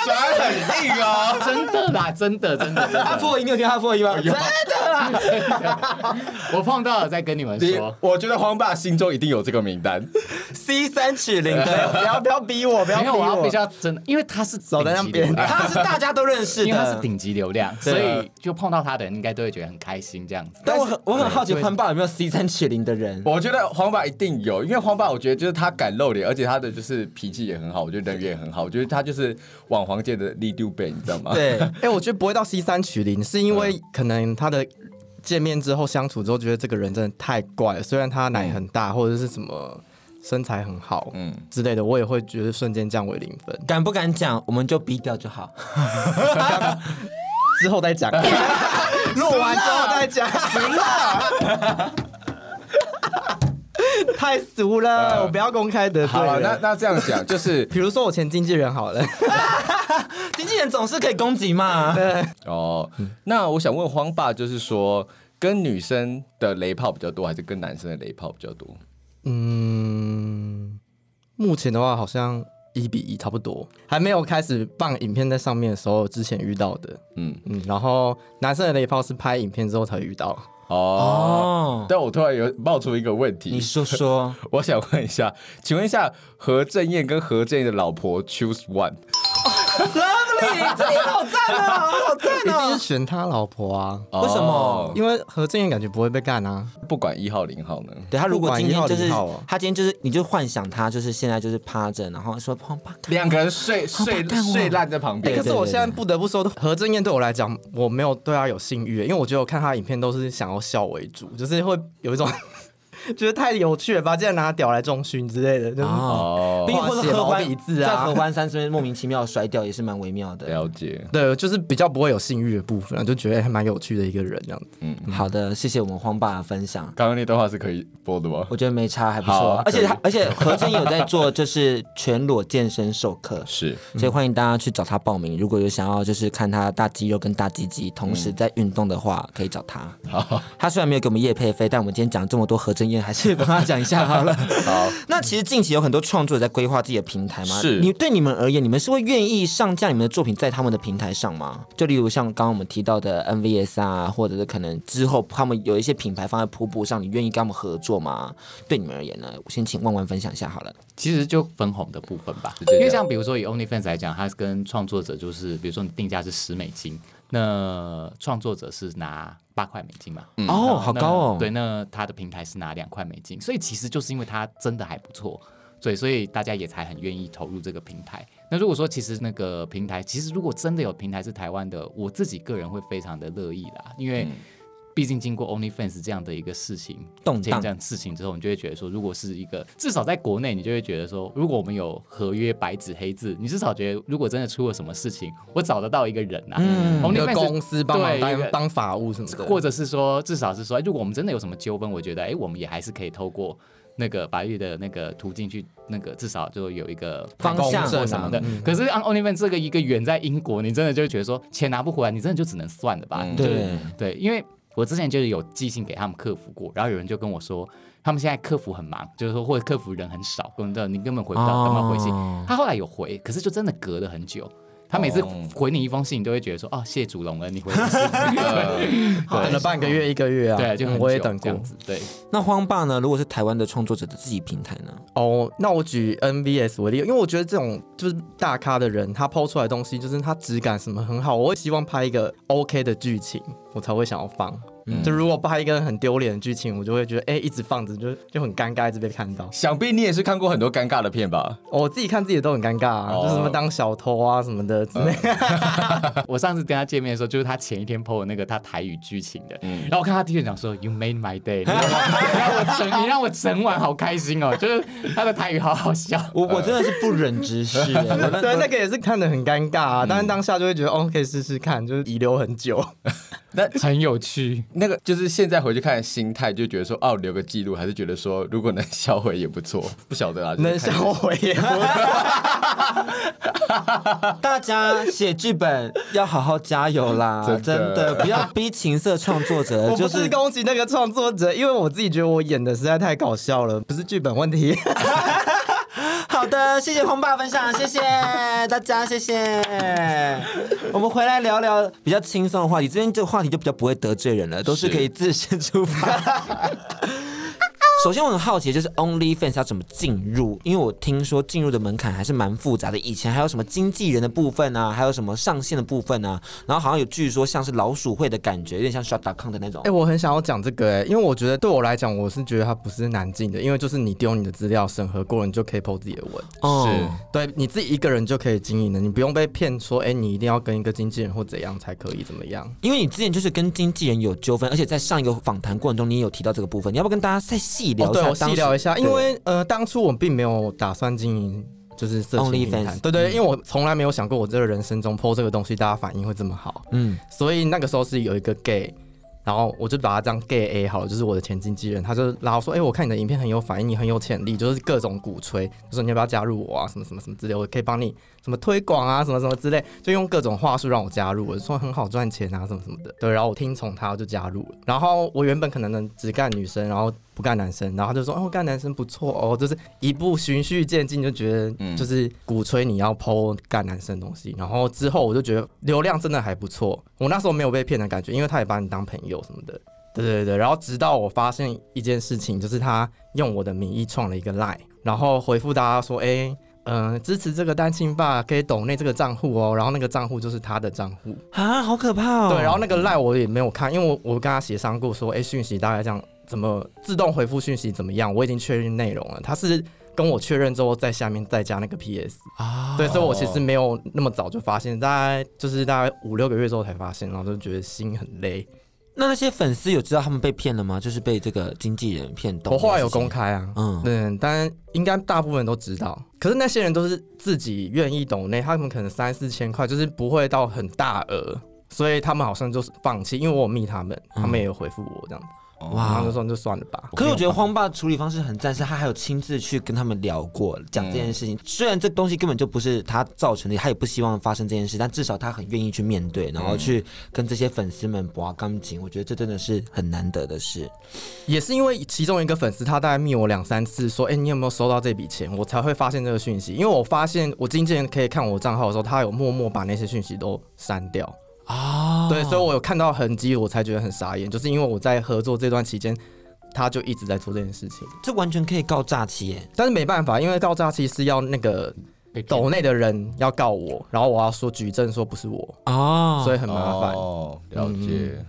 Speaker 3: 转很硬哦。
Speaker 4: 真的啦，真的真的真
Speaker 2: 他
Speaker 4: 的，
Speaker 2: 破音，你有听他破音吗？真的啦，
Speaker 4: 我碰到了再跟你们
Speaker 3: 你
Speaker 4: 说。
Speaker 3: 我觉得黄爸心中一定有这个名单， [laughs]
Speaker 5: C 三取零
Speaker 2: 哎
Speaker 5: 的，不要不要逼我，不要
Speaker 4: 没
Speaker 5: 逼
Speaker 4: 有，我要
Speaker 5: 我
Speaker 4: 比。较真的，因为他是
Speaker 5: 走在那
Speaker 4: 顶级流
Speaker 5: 边啊
Speaker 4: 量
Speaker 2: 他是大家都认识
Speaker 4: 因为他是
Speaker 2: 的。
Speaker 4: 顶级流
Speaker 5: [laughs]
Speaker 4: 量，所以就碰到他的人应该都会觉得很开心这样子。
Speaker 2: 但我很我很好奇，宽爸有没有 C 三七零的人？
Speaker 3: 我觉得黄爸一定有，因为黄爸我觉得就是他敢露脸，而且他的就是脾气也很好，我觉得人缘也很好，我觉得他就是网黄界的 l e d u b e 你知道吗？
Speaker 5: 对， [laughs] 哎、我觉得不会到 C 三取零，是因为可能他的见面之后相处之后，觉得这个人真的太怪了。虽然他奶很大，或者是什么身材很好，嗯之类的，我也会觉得瞬间降为零分。
Speaker 2: 敢不敢讲？我们就逼掉就好。
Speaker 5: 之后再讲， [laughs] 录完之后再讲，死了。 [laughs] 太俗了，我不要公开
Speaker 3: [laughs]
Speaker 5: 得罪
Speaker 3: 好了，那
Speaker 5: 人。
Speaker 3: 那这样讲就是
Speaker 5: 比如说我前经纪人好了，
Speaker 2: 经纪人总是可以攻击嘛。
Speaker 3: 哦，那我想问黄爸，就是说跟女生的雷炮比较多，还是跟男生的雷炮比较多？
Speaker 5: 嗯，目前的话好像一比一差不多，还没有开始放影片在上面的时候，之前遇到的，
Speaker 3: 嗯
Speaker 5: 嗯嗯，然后男生的雷炮是拍影片之后才遇到，
Speaker 3: 哦，
Speaker 2: 哦，
Speaker 3: 但我突然有冒出一个问题，
Speaker 2: 你说说，
Speaker 3: 我想问一下，请问一下何正燕跟何正燕的老婆 choose one，
Speaker 2: Lovely，这里好赞哦，好
Speaker 5: 一
Speaker 2: 赞
Speaker 5: 定是
Speaker 2: 哦。
Speaker 5: 选他老婆啊，
Speaker 2: 为什么
Speaker 5: 因为何正彦感觉不会被干啊，
Speaker 3: 哦不管一号零号呢？
Speaker 2: 对他如果今天就
Speaker 5: 不管
Speaker 2: 是
Speaker 5: 一号零号哦
Speaker 2: 他今天就是你就幻想他就是现在就是趴着，然后说砰吧，
Speaker 3: 两个人睡睡
Speaker 2: 干我
Speaker 3: 睡烂在旁
Speaker 5: 哎、
Speaker 3: 边
Speaker 5: 可，是我现在不得不说，何正燕对我来讲，我没有对她有性欲，因为我觉得我看她影片都是想要笑为主，就是会有一种 [laughs] 觉得太有趣了吧，竟然拿屌来中熏之类的，就是、
Speaker 3: 哦
Speaker 2: 并或者合
Speaker 5: 哇写毛
Speaker 2: 欢
Speaker 5: 笔字啊
Speaker 2: 在合欢山这边莫名其妙摔掉也是蛮微妙的。
Speaker 3: 了解。
Speaker 5: 对，啊就是比较不会有性欲的部分啊，就觉得还蛮有趣的一个人这样子。
Speaker 2: 嗯好的，谢谢我们荒爸的分享。
Speaker 3: 刚刚那段话是可以播的吗？
Speaker 2: 我觉得没差，还不
Speaker 3: 好
Speaker 2: 错
Speaker 3: 啊，
Speaker 2: 而且他
Speaker 3: 可
Speaker 2: 而且何真有在做就是全裸健身授课，
Speaker 3: 是
Speaker 2: 所以欢迎大家去找他报名。如果有想要就是看他大肌肉跟大鸡鸡同时在运动的话，可以找他。
Speaker 3: 嗯 [laughs] 好，
Speaker 2: 他虽然没有给我们叶配费，但我们今天讲这么多何真燕，还是 [laughs] 帮他讲一下好了。
Speaker 3: 好，
Speaker 2: 那其实近期有很多创作者在规划自己的平台吗？
Speaker 3: 是
Speaker 2: 你对你们而言，你们是会愿意上架你们的作品在他们的平台上吗？就例如像刚刚我们提到的 NVS 啊，或者是可能之后他们有一些品牌放在瀑布上，你愿意跟他们合作吗？对你们而言呢？我先请万万分享一下好了。
Speaker 4: 其实就分红的部分吧，
Speaker 3: 这样
Speaker 4: 因为像比如说以 OnlyFans 来讲，它跟创作者就是，比如说你定价是十美金，那创作者是拿八块美金嘛，
Speaker 3: 嗯
Speaker 2: 哦，好
Speaker 4: 那
Speaker 2: 高哦。
Speaker 4: 对，，那它的平台是拿两块美金，所以其实就是因为它真的还不错，对，所以大家也才很愿意投入这个平台。那如果说其实那个平台，其实如果真的有平台是台湾的，我自己个人会非常的乐意啦，
Speaker 2: 嗯
Speaker 4: 因为毕竟经过 OnlyFans 这样的一个事情
Speaker 2: 动荡
Speaker 4: 这样的事情之后，你就会觉得说，如果是一个至少在国内，你就会觉得说，如果我们有合约白纸黑字，你至少觉得如果真的出了什么事情，我找得到一个人啊。嗯
Speaker 5: 一
Speaker 4: OnlyFans
Speaker 5: 个公司帮忙
Speaker 4: 对一个
Speaker 5: 当当法务什么的，
Speaker 4: 或者是说，至少是说，哎如果我们真的有什么纠纷，我觉得，哎，我们也还是可以透过那个法律的那个途径去，那个至少就有一个
Speaker 2: 方向嗯
Speaker 4: 或什么的。可是按 OnlyFans 这个一个远在英国，你真的就会觉得说，钱拿不回来，你真的就只能算了吧。
Speaker 3: 嗯
Speaker 4: 你就是
Speaker 2: 对
Speaker 4: 对，因为我之前就是有寄信给他们客服过，然后有人就跟我说，他们现在客服很忙，就是说或者客服人很少，根本你根本回
Speaker 2: 啊
Speaker 4: 不到，干嘛回信？
Speaker 2: 哦
Speaker 4: 他后来有回，可是就真的隔了很久。他每次
Speaker 3: 哦
Speaker 4: 回你一封信，你都会觉得说：“哦，谢谢主隆恩，你回我
Speaker 2: [laughs]
Speaker 4: 信。”
Speaker 5: 等了半个月一个月啊，
Speaker 4: 对，就很
Speaker 5: 我也
Speaker 4: 久
Speaker 5: 等
Speaker 4: 这
Speaker 5: 过
Speaker 4: 样。子，对，
Speaker 2: 那荒爸呢？如果是台湾的创作者的自己平台呢？
Speaker 5: 哦，那我举 NVS 为例，因为我觉得这种就是大咖的人，他抛出来的东西就是他质感什么很好，我会希望拍一个 OK 的剧情，我才会想要放。
Speaker 4: 嗯
Speaker 5: 就如果拍一个很丢脸的剧情，我就会觉得哎、一直放着就就很尴尬，一直被看到。
Speaker 3: 想必你也是看过很多尴尬的片吧？
Speaker 5: 哦我自己看自己都很尴尬、啊，
Speaker 3: 哦
Speaker 5: 就什么当小偷啊什么的
Speaker 4: 嗯
Speaker 5: 之类的。
Speaker 4: 我上次跟他见面的时候，就是他前一天 PO 的那个他台语剧情的，然后我看他 T 恤讲说 “You made my day”，你让 [laughs] 我整你让我整晚好开心哦，就是他的台语好好笑。
Speaker 2: 我我真的是不忍直视、欸，我那
Speaker 4: 嗯 [laughs]
Speaker 5: [laughs] 对，那个也是看得很尴尬啊，但是当下就会觉得、哦，可以试试看，就是遗留很久。
Speaker 3: 那
Speaker 4: 很有趣。
Speaker 3: 那个就是现在回去看心态，就觉得说哦，留个记录，还是觉得说如果能销毁也不错， [laughs] 不晓得啊，就是
Speaker 5: 能
Speaker 3: 看
Speaker 5: 销毁
Speaker 4: [laughs]
Speaker 5: 也不
Speaker 2: 大家写剧本要好好加油啦，真
Speaker 3: 真
Speaker 2: 的
Speaker 3: 的
Speaker 2: 不要逼情色创作者，
Speaker 5: 我
Speaker 2: 就
Speaker 5: 不呃是攻击那个创作者，因为我自己觉得我演的实在太搞笑了，不是剧本问题。
Speaker 2: 好的，谢谢红爸分享，谢 [laughs] 谢大家，谢谢。我们回来聊聊比较轻松的话题，这边这个话题就比较不会得罪人了，都是
Speaker 3: 是
Speaker 2: 可以自身出发。 [laughs] 首先，我很好奇，就是 OnlyFans 要怎么进入？因为我听说进入的门槛还是蛮复杂的。以前还有什么经纪人的部分啊，还有什么上线的部分啊，然后好像有据说像是老鼠会的感觉，有点像 Shut.com 的那种
Speaker 5: [laughs] 哎、。我很想要讲这个、哎，因为我觉得对我来讲，我是觉得它不是难进的，因为就是你丢你的资料审核过了，你就可以 PO 自己的文，
Speaker 3: 哎
Speaker 2: 哦，
Speaker 5: 对你自己一个人就可以经营了，你不用被骗说，哎、你一定要跟一个经纪人或怎样才可以怎么样。
Speaker 2: 因为你之前就是跟经纪人有纠纷，而且在上一个访谈过程中，你也有提到这个部分，你要不要跟大家再细聊一下？
Speaker 5: 哦，对，我细聊一下，
Speaker 2: 对
Speaker 5: 因为呃，当初我并没有打算经营。就是色情平
Speaker 2: OnlyFans
Speaker 5: 台，对对，因为我从来没有想过我这个人生中 PO 这个东西，大家反应会这么好。
Speaker 2: 嗯，
Speaker 5: 所以那个时候是有一个 gay，然后我就把他当 gay A 好了，就是我的前经纪人，他就拉我说，哎、我看你的影片很有反应，你很有潜力，就是各种鼓吹，就说你要不要加入我啊，什么什么什么之类，我可以帮你什么推广啊，什么什么之类，就用各种话术让我加入，我就说很好赚钱啊，什么什么的，对，然后我听从他我就加入了，然后我原本可能能只干女生，然后。不干男生，然后他就说哦，干男生不错哦，就是一步循序渐进，就觉得
Speaker 3: 嗯
Speaker 5: 就是鼓吹你要剖干男生的东西。然后之后我就觉得流量真的还不错，我那时候没有被骗的感觉，因为他也把你当朋友什么的。对对对，然后直到我发现一件事情，就是他用我的名义创了一个 line，然后回复大家说，哎。嗯、支持这个单亲爸可以抖内这个账户哦，然后那个账户就是他的账户，
Speaker 2: 啊，好可怕哦。
Speaker 5: 对，然后那个赖我也没有看，因为我我跟他协商过说，哎、讯息大概这样，怎么自动回复讯息怎么样？我已经确认内容了，他是跟我确认之后，在下面再加那个 PS 啊，对，所以我其实没有那么早就发现，大概就是大概五六个月之后才发现，然后就觉得心很累。
Speaker 2: 那那些粉丝有知道他们被骗了吗？就是被这个经纪人骗到。
Speaker 5: 我后来有公，开啊，
Speaker 2: 嗯
Speaker 5: 嗯，对，但应该大部分人都知道。可是那些人都是自己愿意懂内，他们可能三四千块，就是不会到很大额，所以他们好像就是放弃。因为我有密他们，他们也有回复我这样子。然
Speaker 2: 哇
Speaker 5: 后就说就算了吧。
Speaker 2: 嗯哦可是我觉得荒爸处理方式很赞，是他还有亲自去跟他们聊过，讲这件事
Speaker 5: 嗯
Speaker 2: 情。虽然这东西根本就不是他造成的，他也不希望发生这件事，但至少他很愿意去面对，然后去跟这些粉丝们拔钢琴。我觉得这真的是很难得的事。
Speaker 5: 也是因为其中一个粉丝他大概密我两三次说，哎、你有没有收到这笔钱？我才会发现这个讯息，因为我发现我经纪人可以看我账号的时候，他有默默把那些讯息都删掉。
Speaker 2: 哦，
Speaker 5: 对，所以我有看到痕迹，我才觉得很傻眼，就是因为我在合作这段期间。他就一直在做这件事情，
Speaker 2: 这完全可以告诈欺耶。
Speaker 5: 但是没办法，因为告诈欺是要那个
Speaker 4: 被
Speaker 5: 抖内的人要告我，然后我要说举证说不是我，
Speaker 2: 哦，
Speaker 5: 所以很麻烦。
Speaker 3: 哦，了解，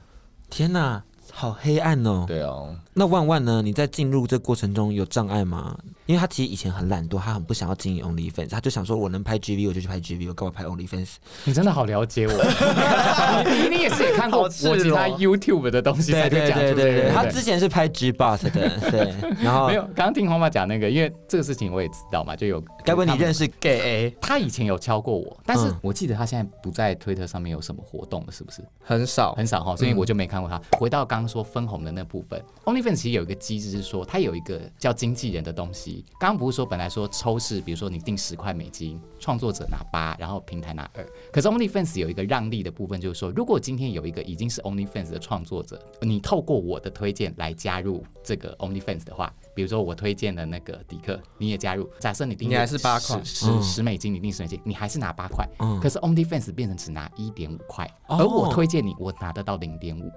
Speaker 2: 天哪，好黑暗哦。
Speaker 3: 对啊，
Speaker 2: 那万万呢？你在进入这过程中有障碍吗？因为他其实以前很懒惰，他很不想要经营 OnlyFans，他就想说我能拍 GV 我就去拍 GV，我干嘛拍 OnlyFans？
Speaker 4: 你真的好了解我，你你也是也看过我
Speaker 5: 好赤
Speaker 4: 其
Speaker 5: 裸
Speaker 4: 他 YouTube 的东西才会讲出这个，对不
Speaker 2: 他之前是拍 G Bot 的，对，然后
Speaker 4: [laughs] 没有，刚刚听黄爸讲那个，因为这个事情我也知道嘛，就有
Speaker 2: 该不会你认识
Speaker 5: gay A
Speaker 4: 他以前有敲过我，但是
Speaker 2: 嗯
Speaker 4: 我记得他现在不在推特上面有什么活动了，是不是？
Speaker 5: 很少，
Speaker 4: 很少哈，所以
Speaker 5: 嗯
Speaker 4: 我就没看过他。回到刚刚说分红的那部分，OnlyFans 其实有一个机制是说，它有一个叫经纪人的东西。刚刚不是说本来说抽是，比如说你定十块美金，创作者拿八，然后平台拿二。可是 OnlyFans 有一个让利的部分，就是说，如果今天有一个已经是 OnlyFans 的创作者，你透过我的推荐来加入这个 OnlyFans 的话，比如说我推荐的那个迪克，你也加入。假设你定
Speaker 5: 你还是八块嗯
Speaker 4: 十十美金，你定十美金，你还是拿八块。
Speaker 2: 嗯
Speaker 4: 可是 OnlyFans 变成只拿一点五块，
Speaker 2: 哦
Speaker 4: 而我推荐你，我拿得到零点五，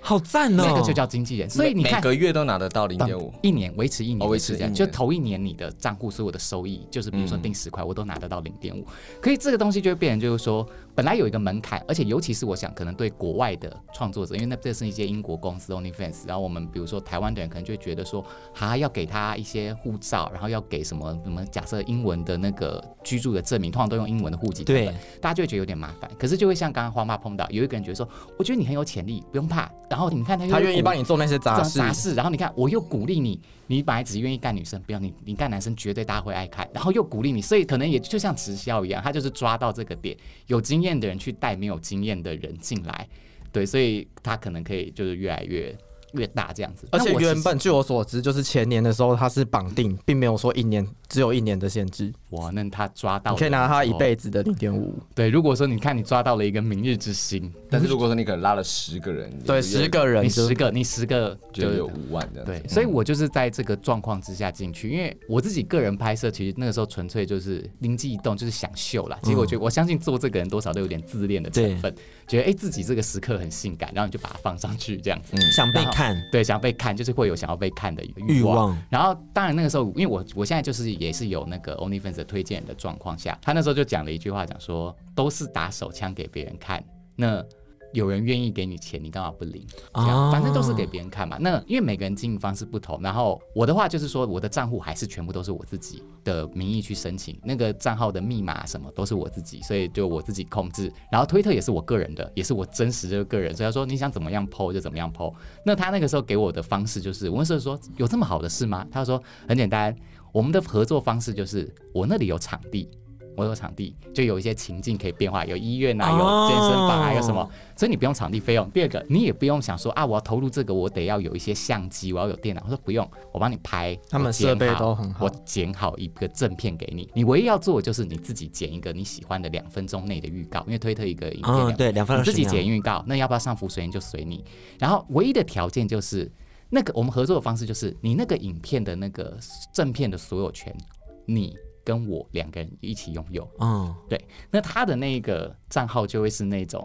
Speaker 2: 好赞哦，
Speaker 4: 这个就叫经纪人。所以你
Speaker 3: 每
Speaker 4: 看，
Speaker 3: 个月都拿得到零点五，
Speaker 4: 一年维持一年
Speaker 3: 哦
Speaker 4: 的
Speaker 3: 维持
Speaker 4: 时间，
Speaker 3: 一年嗯
Speaker 4: 就头一年你的账户所有的收益，就是比如说定十块，我都拿得到零点五。可以这个东西就会变成就是说，本来有一个门槛，而且尤其是我想可能对国外的创作者，因为那这是一些英国公司 OnlyFans，然后我们比如说台湾的人可能就会觉得说，哈要给他一些护照，然后要给什么什么，假设英文的那个居住的证明，通常都用英文的户籍成本
Speaker 2: 对，
Speaker 4: 大家就会觉得有点麻烦。可是就会像刚刚花妈碰到，有一个人觉得说，我觉得你很有潜力，不用怕，然后你看他又
Speaker 5: 他愿意
Speaker 4: 鼓
Speaker 5: 帮你做那些杂
Speaker 4: 杂
Speaker 5: 事，
Speaker 4: 杂事，然后你看，我又鼓励你，你本来只愿意干女生，不要你，你干男生绝对大家会爱看，然后又鼓励你，所以可能也就像直销一样，他就是抓到这个点，有经验的人去带没有经验的人进来，对，所以他可能可以就是越来越越大这样子。
Speaker 5: 而且
Speaker 4: 那我其实
Speaker 5: 原本据我所知，就是前年的时候它是绑定，并没有说一年只有一年的限制，
Speaker 4: 哇，那哦他抓到
Speaker 5: 你
Speaker 4: 了
Speaker 5: 可以拿它
Speaker 4: 之
Speaker 5: 一
Speaker 4: 后
Speaker 5: 辈子的零点五。
Speaker 4: 对，如果说你看你抓到了一个明日之星，
Speaker 3: 但是如果说你可能拉了十个人，
Speaker 5: 对，
Speaker 3: 你就有
Speaker 5: 十个人
Speaker 4: 你
Speaker 5: 就
Speaker 4: 十个你十个
Speaker 3: 就有
Speaker 4: 就
Speaker 3: 五万的。
Speaker 4: 对，嗯所以我就是在这个状况之下进去，因为我自己个人拍摄，其实那个时候纯粹就是灵机一动，就是想秀啦。其实我觉得，我相信做这个人多少都有点自恋的成分，觉得哎、诶自己这个时刻很性感，然后你就把它放上去这样子。
Speaker 2: 想被看，
Speaker 4: 对，想被看，就是会有想要被看的
Speaker 2: 欲
Speaker 4: 嗯欲望。
Speaker 2: 望
Speaker 4: 然后，当然那个时候，因为我我现在就是也是有那个 OnlyFans 的推荐的状况下，他那时候就讲了一句话，讲说都是打手枪给别人看，那有人愿意给你钱，你干嘛不领？这
Speaker 2: 哦
Speaker 4: 样，反正都是给别人看嘛。那因为每个人经营方式不同，然后我的话就是说，我的账户还是全部都是我自己的名义去申请，那个账号的密码什么都是我自己，所以就我自己控制。然后推特也是我个人的，也是我真实的个人，所以他说你想怎么样 PO 就怎么样 PO。那他那个时候给我的方式就是，我那时候说有这么好的事吗？他说很简单，我们的合作方式就是我那里有场地。我有场地，就有一些情境可以变化，有医院啊，有健身房啊，
Speaker 2: 哦
Speaker 4: 有什么，所以你不用场地费用。第二个，你也不用想说啊，我要投入这个，我得要有一些相机，我要有电脑。我说不用，我帮你拍，
Speaker 5: 他们
Speaker 4: 我剪
Speaker 5: 设备都很好
Speaker 4: 我剪好一个正片给你。你唯一要做的就是你自己剪一个你喜欢的两分钟内的预告，因为推特一个
Speaker 5: 啊
Speaker 4: 影片两
Speaker 2: 嗯，对，两分
Speaker 4: 你
Speaker 2: 钟
Speaker 4: 自己剪预告，那要不要上浮水印就随你。然后唯一的条件就是，那个我们合作的方式就是，你那个影片的那个正片的所有权，你跟我两个人一起拥有。
Speaker 2: 嗯，
Speaker 4: 那他的那个账号就会是那种。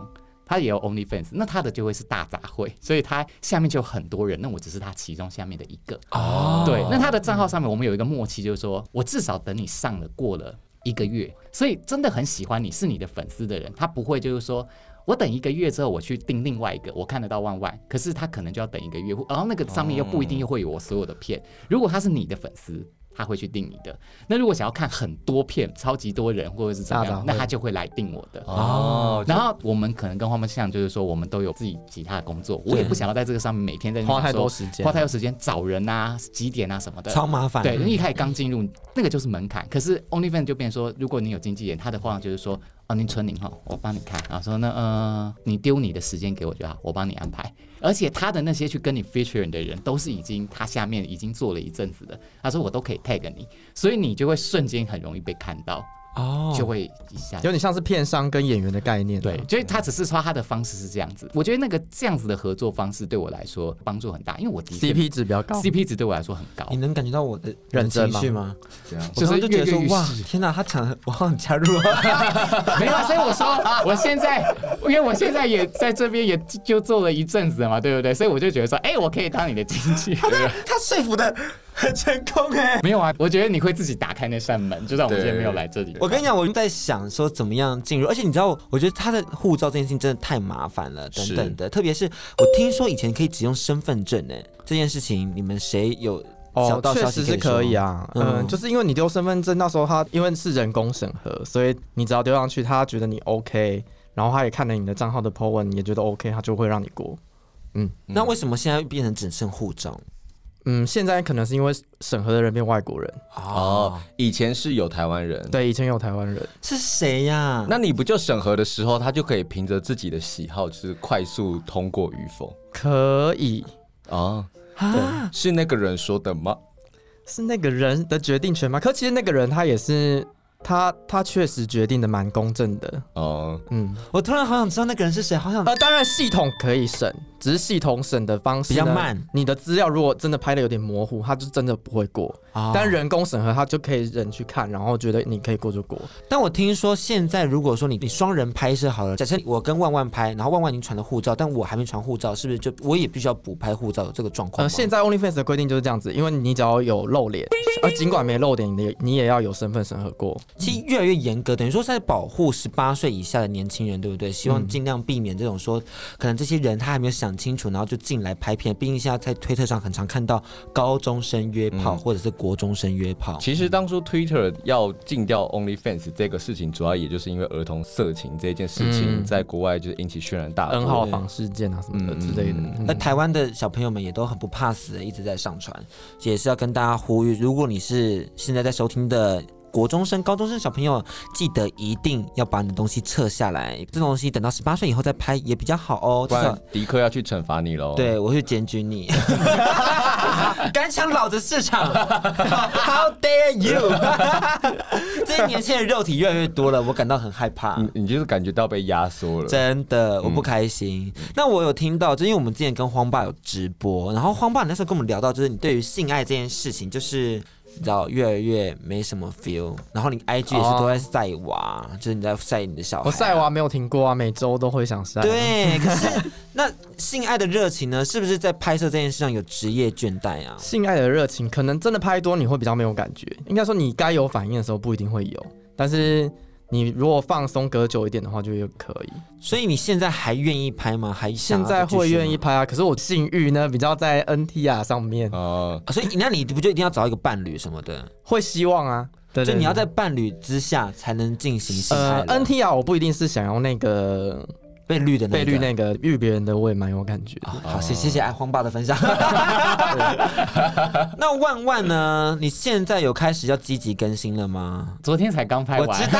Speaker 4: 他也有 OnlyFans，那他的就会是大杂烩，所以他下面就有很多人，那我只是他其中下面的一个。
Speaker 2: 哦，
Speaker 4: 对，那他的账号上面我们有一个默契，就是说我至少等你上了过了一个月，所以真的很喜欢你是你的粉丝的人，他不会就是说。我等一个月之后，我去订另外一个，我看得到万万，可是他可能就要等一个月，或然后那个上面又不一定又会有我所有的片。如果他是你的粉丝，他会去订你的；那如果想要看很多片、超级多人或者是怎么
Speaker 5: 大杂
Speaker 4: 样
Speaker 5: 烩，
Speaker 4: 那他就会来订我的。
Speaker 3: 哦，
Speaker 4: 然后我们可能跟花木像，就是说我们都有自己其他的工作，我也不想要在这个上面每天在那边
Speaker 5: 花太
Speaker 4: 说
Speaker 5: 多时间
Speaker 4: 花太多时间找人啊、几点啊什么的。
Speaker 2: 超麻烦，
Speaker 4: 对，因为一开始刚进入，那个就是门槛。可是 OnlyFans 就变成说，如果你有经纪人，他的话就是说，哦，您存您哈，我帮你看，然后说那呃，你丢你的时间给我就好，我帮你安排。而且他的那些去跟你 featuring 的人，都是已经他下面已经做了一阵子的，他说我都可以 tag 你，所以你就会瞬间很容易被看到，
Speaker 2: 哦，
Speaker 4: 就会一下
Speaker 5: 有点像是片商跟演员的概念。啊
Speaker 4: 对，就是他只是说他的方式是这样子，我觉得那个这样子的合作方式对我来说帮助很大，因为我的确
Speaker 5: ，CP 值比较高。
Speaker 4: CP 值对我来说很高
Speaker 2: 你，能感觉到我的
Speaker 5: 认真
Speaker 2: 情绪吗？
Speaker 3: 这样
Speaker 2: 我刚刚就觉得
Speaker 4: 就是跃
Speaker 2: 说
Speaker 4: 跃欲
Speaker 2: 哇
Speaker 4: 试，
Speaker 2: 天哪，他抢了，我好想加入
Speaker 5: [laughs]
Speaker 2: 啊！
Speaker 4: [laughs] 没有啊，所以
Speaker 2: [laughs]
Speaker 4: 我说我现在，因为我现在也在这边也就做了一阵子了嘛，对不对？所以我就觉得说，哎、我可以当你的经纪人。
Speaker 2: 他说服的很成功哎、
Speaker 4: 没有啊，我觉得你会自己打开那扇门，就算我们今天没有来这里。
Speaker 2: 我跟你讲，我在想说怎么样进入，而且你知道，我觉得他的护照这件事情真的太麻烦了，等
Speaker 3: 是
Speaker 2: 等的。特别是我听说以前可以只用身份证哎、这件事情你们谁有小
Speaker 5: 哦
Speaker 2: 道，
Speaker 5: 确
Speaker 2: 消息
Speaker 5: 实是可以
Speaker 2: 说吗？
Speaker 5: 啊，
Speaker 2: 嗯
Speaker 5: 嗯，就是因为你丢身份证，那时候他因为是人工审核，所以你只要丢上去，他觉得你 OK，然后他也看了你的账号的 po 文，也觉得 OK，他就会让你过。
Speaker 3: 嗯
Speaker 2: 那为什么现在变成只剩护照？
Speaker 5: 嗯，现在可能是因为审核的人变外国人，
Speaker 3: 哦，以前是有台湾人，
Speaker 5: 对，以前有台湾人，
Speaker 2: 是谁呀、
Speaker 3: 那你不就审核的时候，他就可以凭着自己的喜好，就是快速通过与否
Speaker 5: 可以
Speaker 3: 哦，
Speaker 2: 啊，
Speaker 3: 是那个人说的吗？
Speaker 5: 是那个人的决定权吗？可其实那个人他也是，他他确实决定的蛮公正的，
Speaker 3: 哦，
Speaker 5: 嗯，
Speaker 2: 我突然好想知道那个人是谁，好想
Speaker 5: 呃，当然系统可以审，只是系统审的方式
Speaker 2: 比较
Speaker 5: 呢
Speaker 2: 慢。
Speaker 5: 你的资料如果真的拍的有点模糊，他就真的不会过。
Speaker 2: 哦
Speaker 5: 但人工审核他就可以人去看，然后觉得你可以过就过。
Speaker 2: 但我听说现在如果说你你双人拍摄好了，假设我跟万万拍，然后万万已经传了护照，但我还没传护照，是不是就我也必须要补拍护照？有这个状况
Speaker 5: 呃，
Speaker 2: 吗？
Speaker 5: 现在 OnlyFans 的规定就是这样子，因为你只要有露脸，呃，尽管没露脸，你也你也要有身份审核过。
Speaker 2: 其实越来越严格，等于说是在保护十八岁以下的年轻人，对不对？希望尽量避免这种说，可能这些人他还没有想清楚，然后就进来拍片。毕竟现在在推特上很常看到高中生约炮、
Speaker 5: 嗯
Speaker 2: 或者是国中生约炮。
Speaker 3: 其实当初 Twitter 要禁掉 OnlyFans 这个事情，主要也就是因为儿童色情这件事情，
Speaker 5: 嗯
Speaker 3: 在国外就是引起轩然
Speaker 2: 啊
Speaker 3: 大波。
Speaker 5: N 号房事件啊什么的之类的。
Speaker 2: 那
Speaker 5: 嗯
Speaker 2: 台湾的小朋友们也都很不怕死的，一直在上传，也是要跟大家呼吁，如果你是现在在收听的。国中生、高中生小朋友，记得一定要把你的东西撤下来，这种东西等到十八岁以后再拍也比较好哦。
Speaker 3: 不
Speaker 2: 至少
Speaker 3: 然迪克要去惩罚你喽。，
Speaker 2: 对，我去检举你， [laughs] 敢抢老子市场 [laughs] ，How dare you！这些年轻人肉体越来越多了，我感到很害怕。
Speaker 3: 你你就是感觉到被压缩了。
Speaker 2: 真的，我不开心。
Speaker 5: 嗯
Speaker 2: 那我有听到，就因为我们之前跟荒爸有直播，然后荒爸那时候跟我们聊到，就是你对于性爱这件事情，就是你知道越来越没什么 feel，然后你 IG 也是都在晒娃，就是你在晒你的小孩啊、
Speaker 5: 哦我晒娃没有停过啊，每周都会想晒。，
Speaker 2: 对，可是那性爱的热情呢，是不是在拍摄这件事上有职业倦怠啊？
Speaker 5: 性爱的热情可能真的拍多你会比较没有感觉，应该说你该有反应的时候不一定会有，但是你如果放松隔久一点的话就又可以。
Speaker 2: 所以你现在还愿意拍吗？还想
Speaker 5: 现
Speaker 2: 要
Speaker 5: 在
Speaker 2: 继续
Speaker 5: 会愿
Speaker 2: 吗
Speaker 5: 意拍啊，可是我性欲呢比较在 NTR
Speaker 3: [laughs]
Speaker 5: 上面，
Speaker 3: 哦，
Speaker 2: 啊所以那你不就一定要找一个伴侣什么的？
Speaker 5: 会希望啊，对
Speaker 2: 就
Speaker 5: 对
Speaker 2: 你要
Speaker 5: 对
Speaker 2: 在伴侣之下才能进行性爱
Speaker 5: 呃
Speaker 2: 了。
Speaker 5: NTR 我不一定是想要那个
Speaker 2: 被绿的那
Speaker 5: 被
Speaker 2: 一
Speaker 5: 绿
Speaker 2: 个
Speaker 5: 那个遇别人的，我也蛮有感觉的。
Speaker 2: 啊好，
Speaker 4: 哦
Speaker 2: 谢谢谢爱荒爸的分享。 [laughs] 那万万呢？你现在有开始要积极更新了吗？
Speaker 4: 昨天才刚拍
Speaker 2: 我
Speaker 4: 完，
Speaker 2: 知道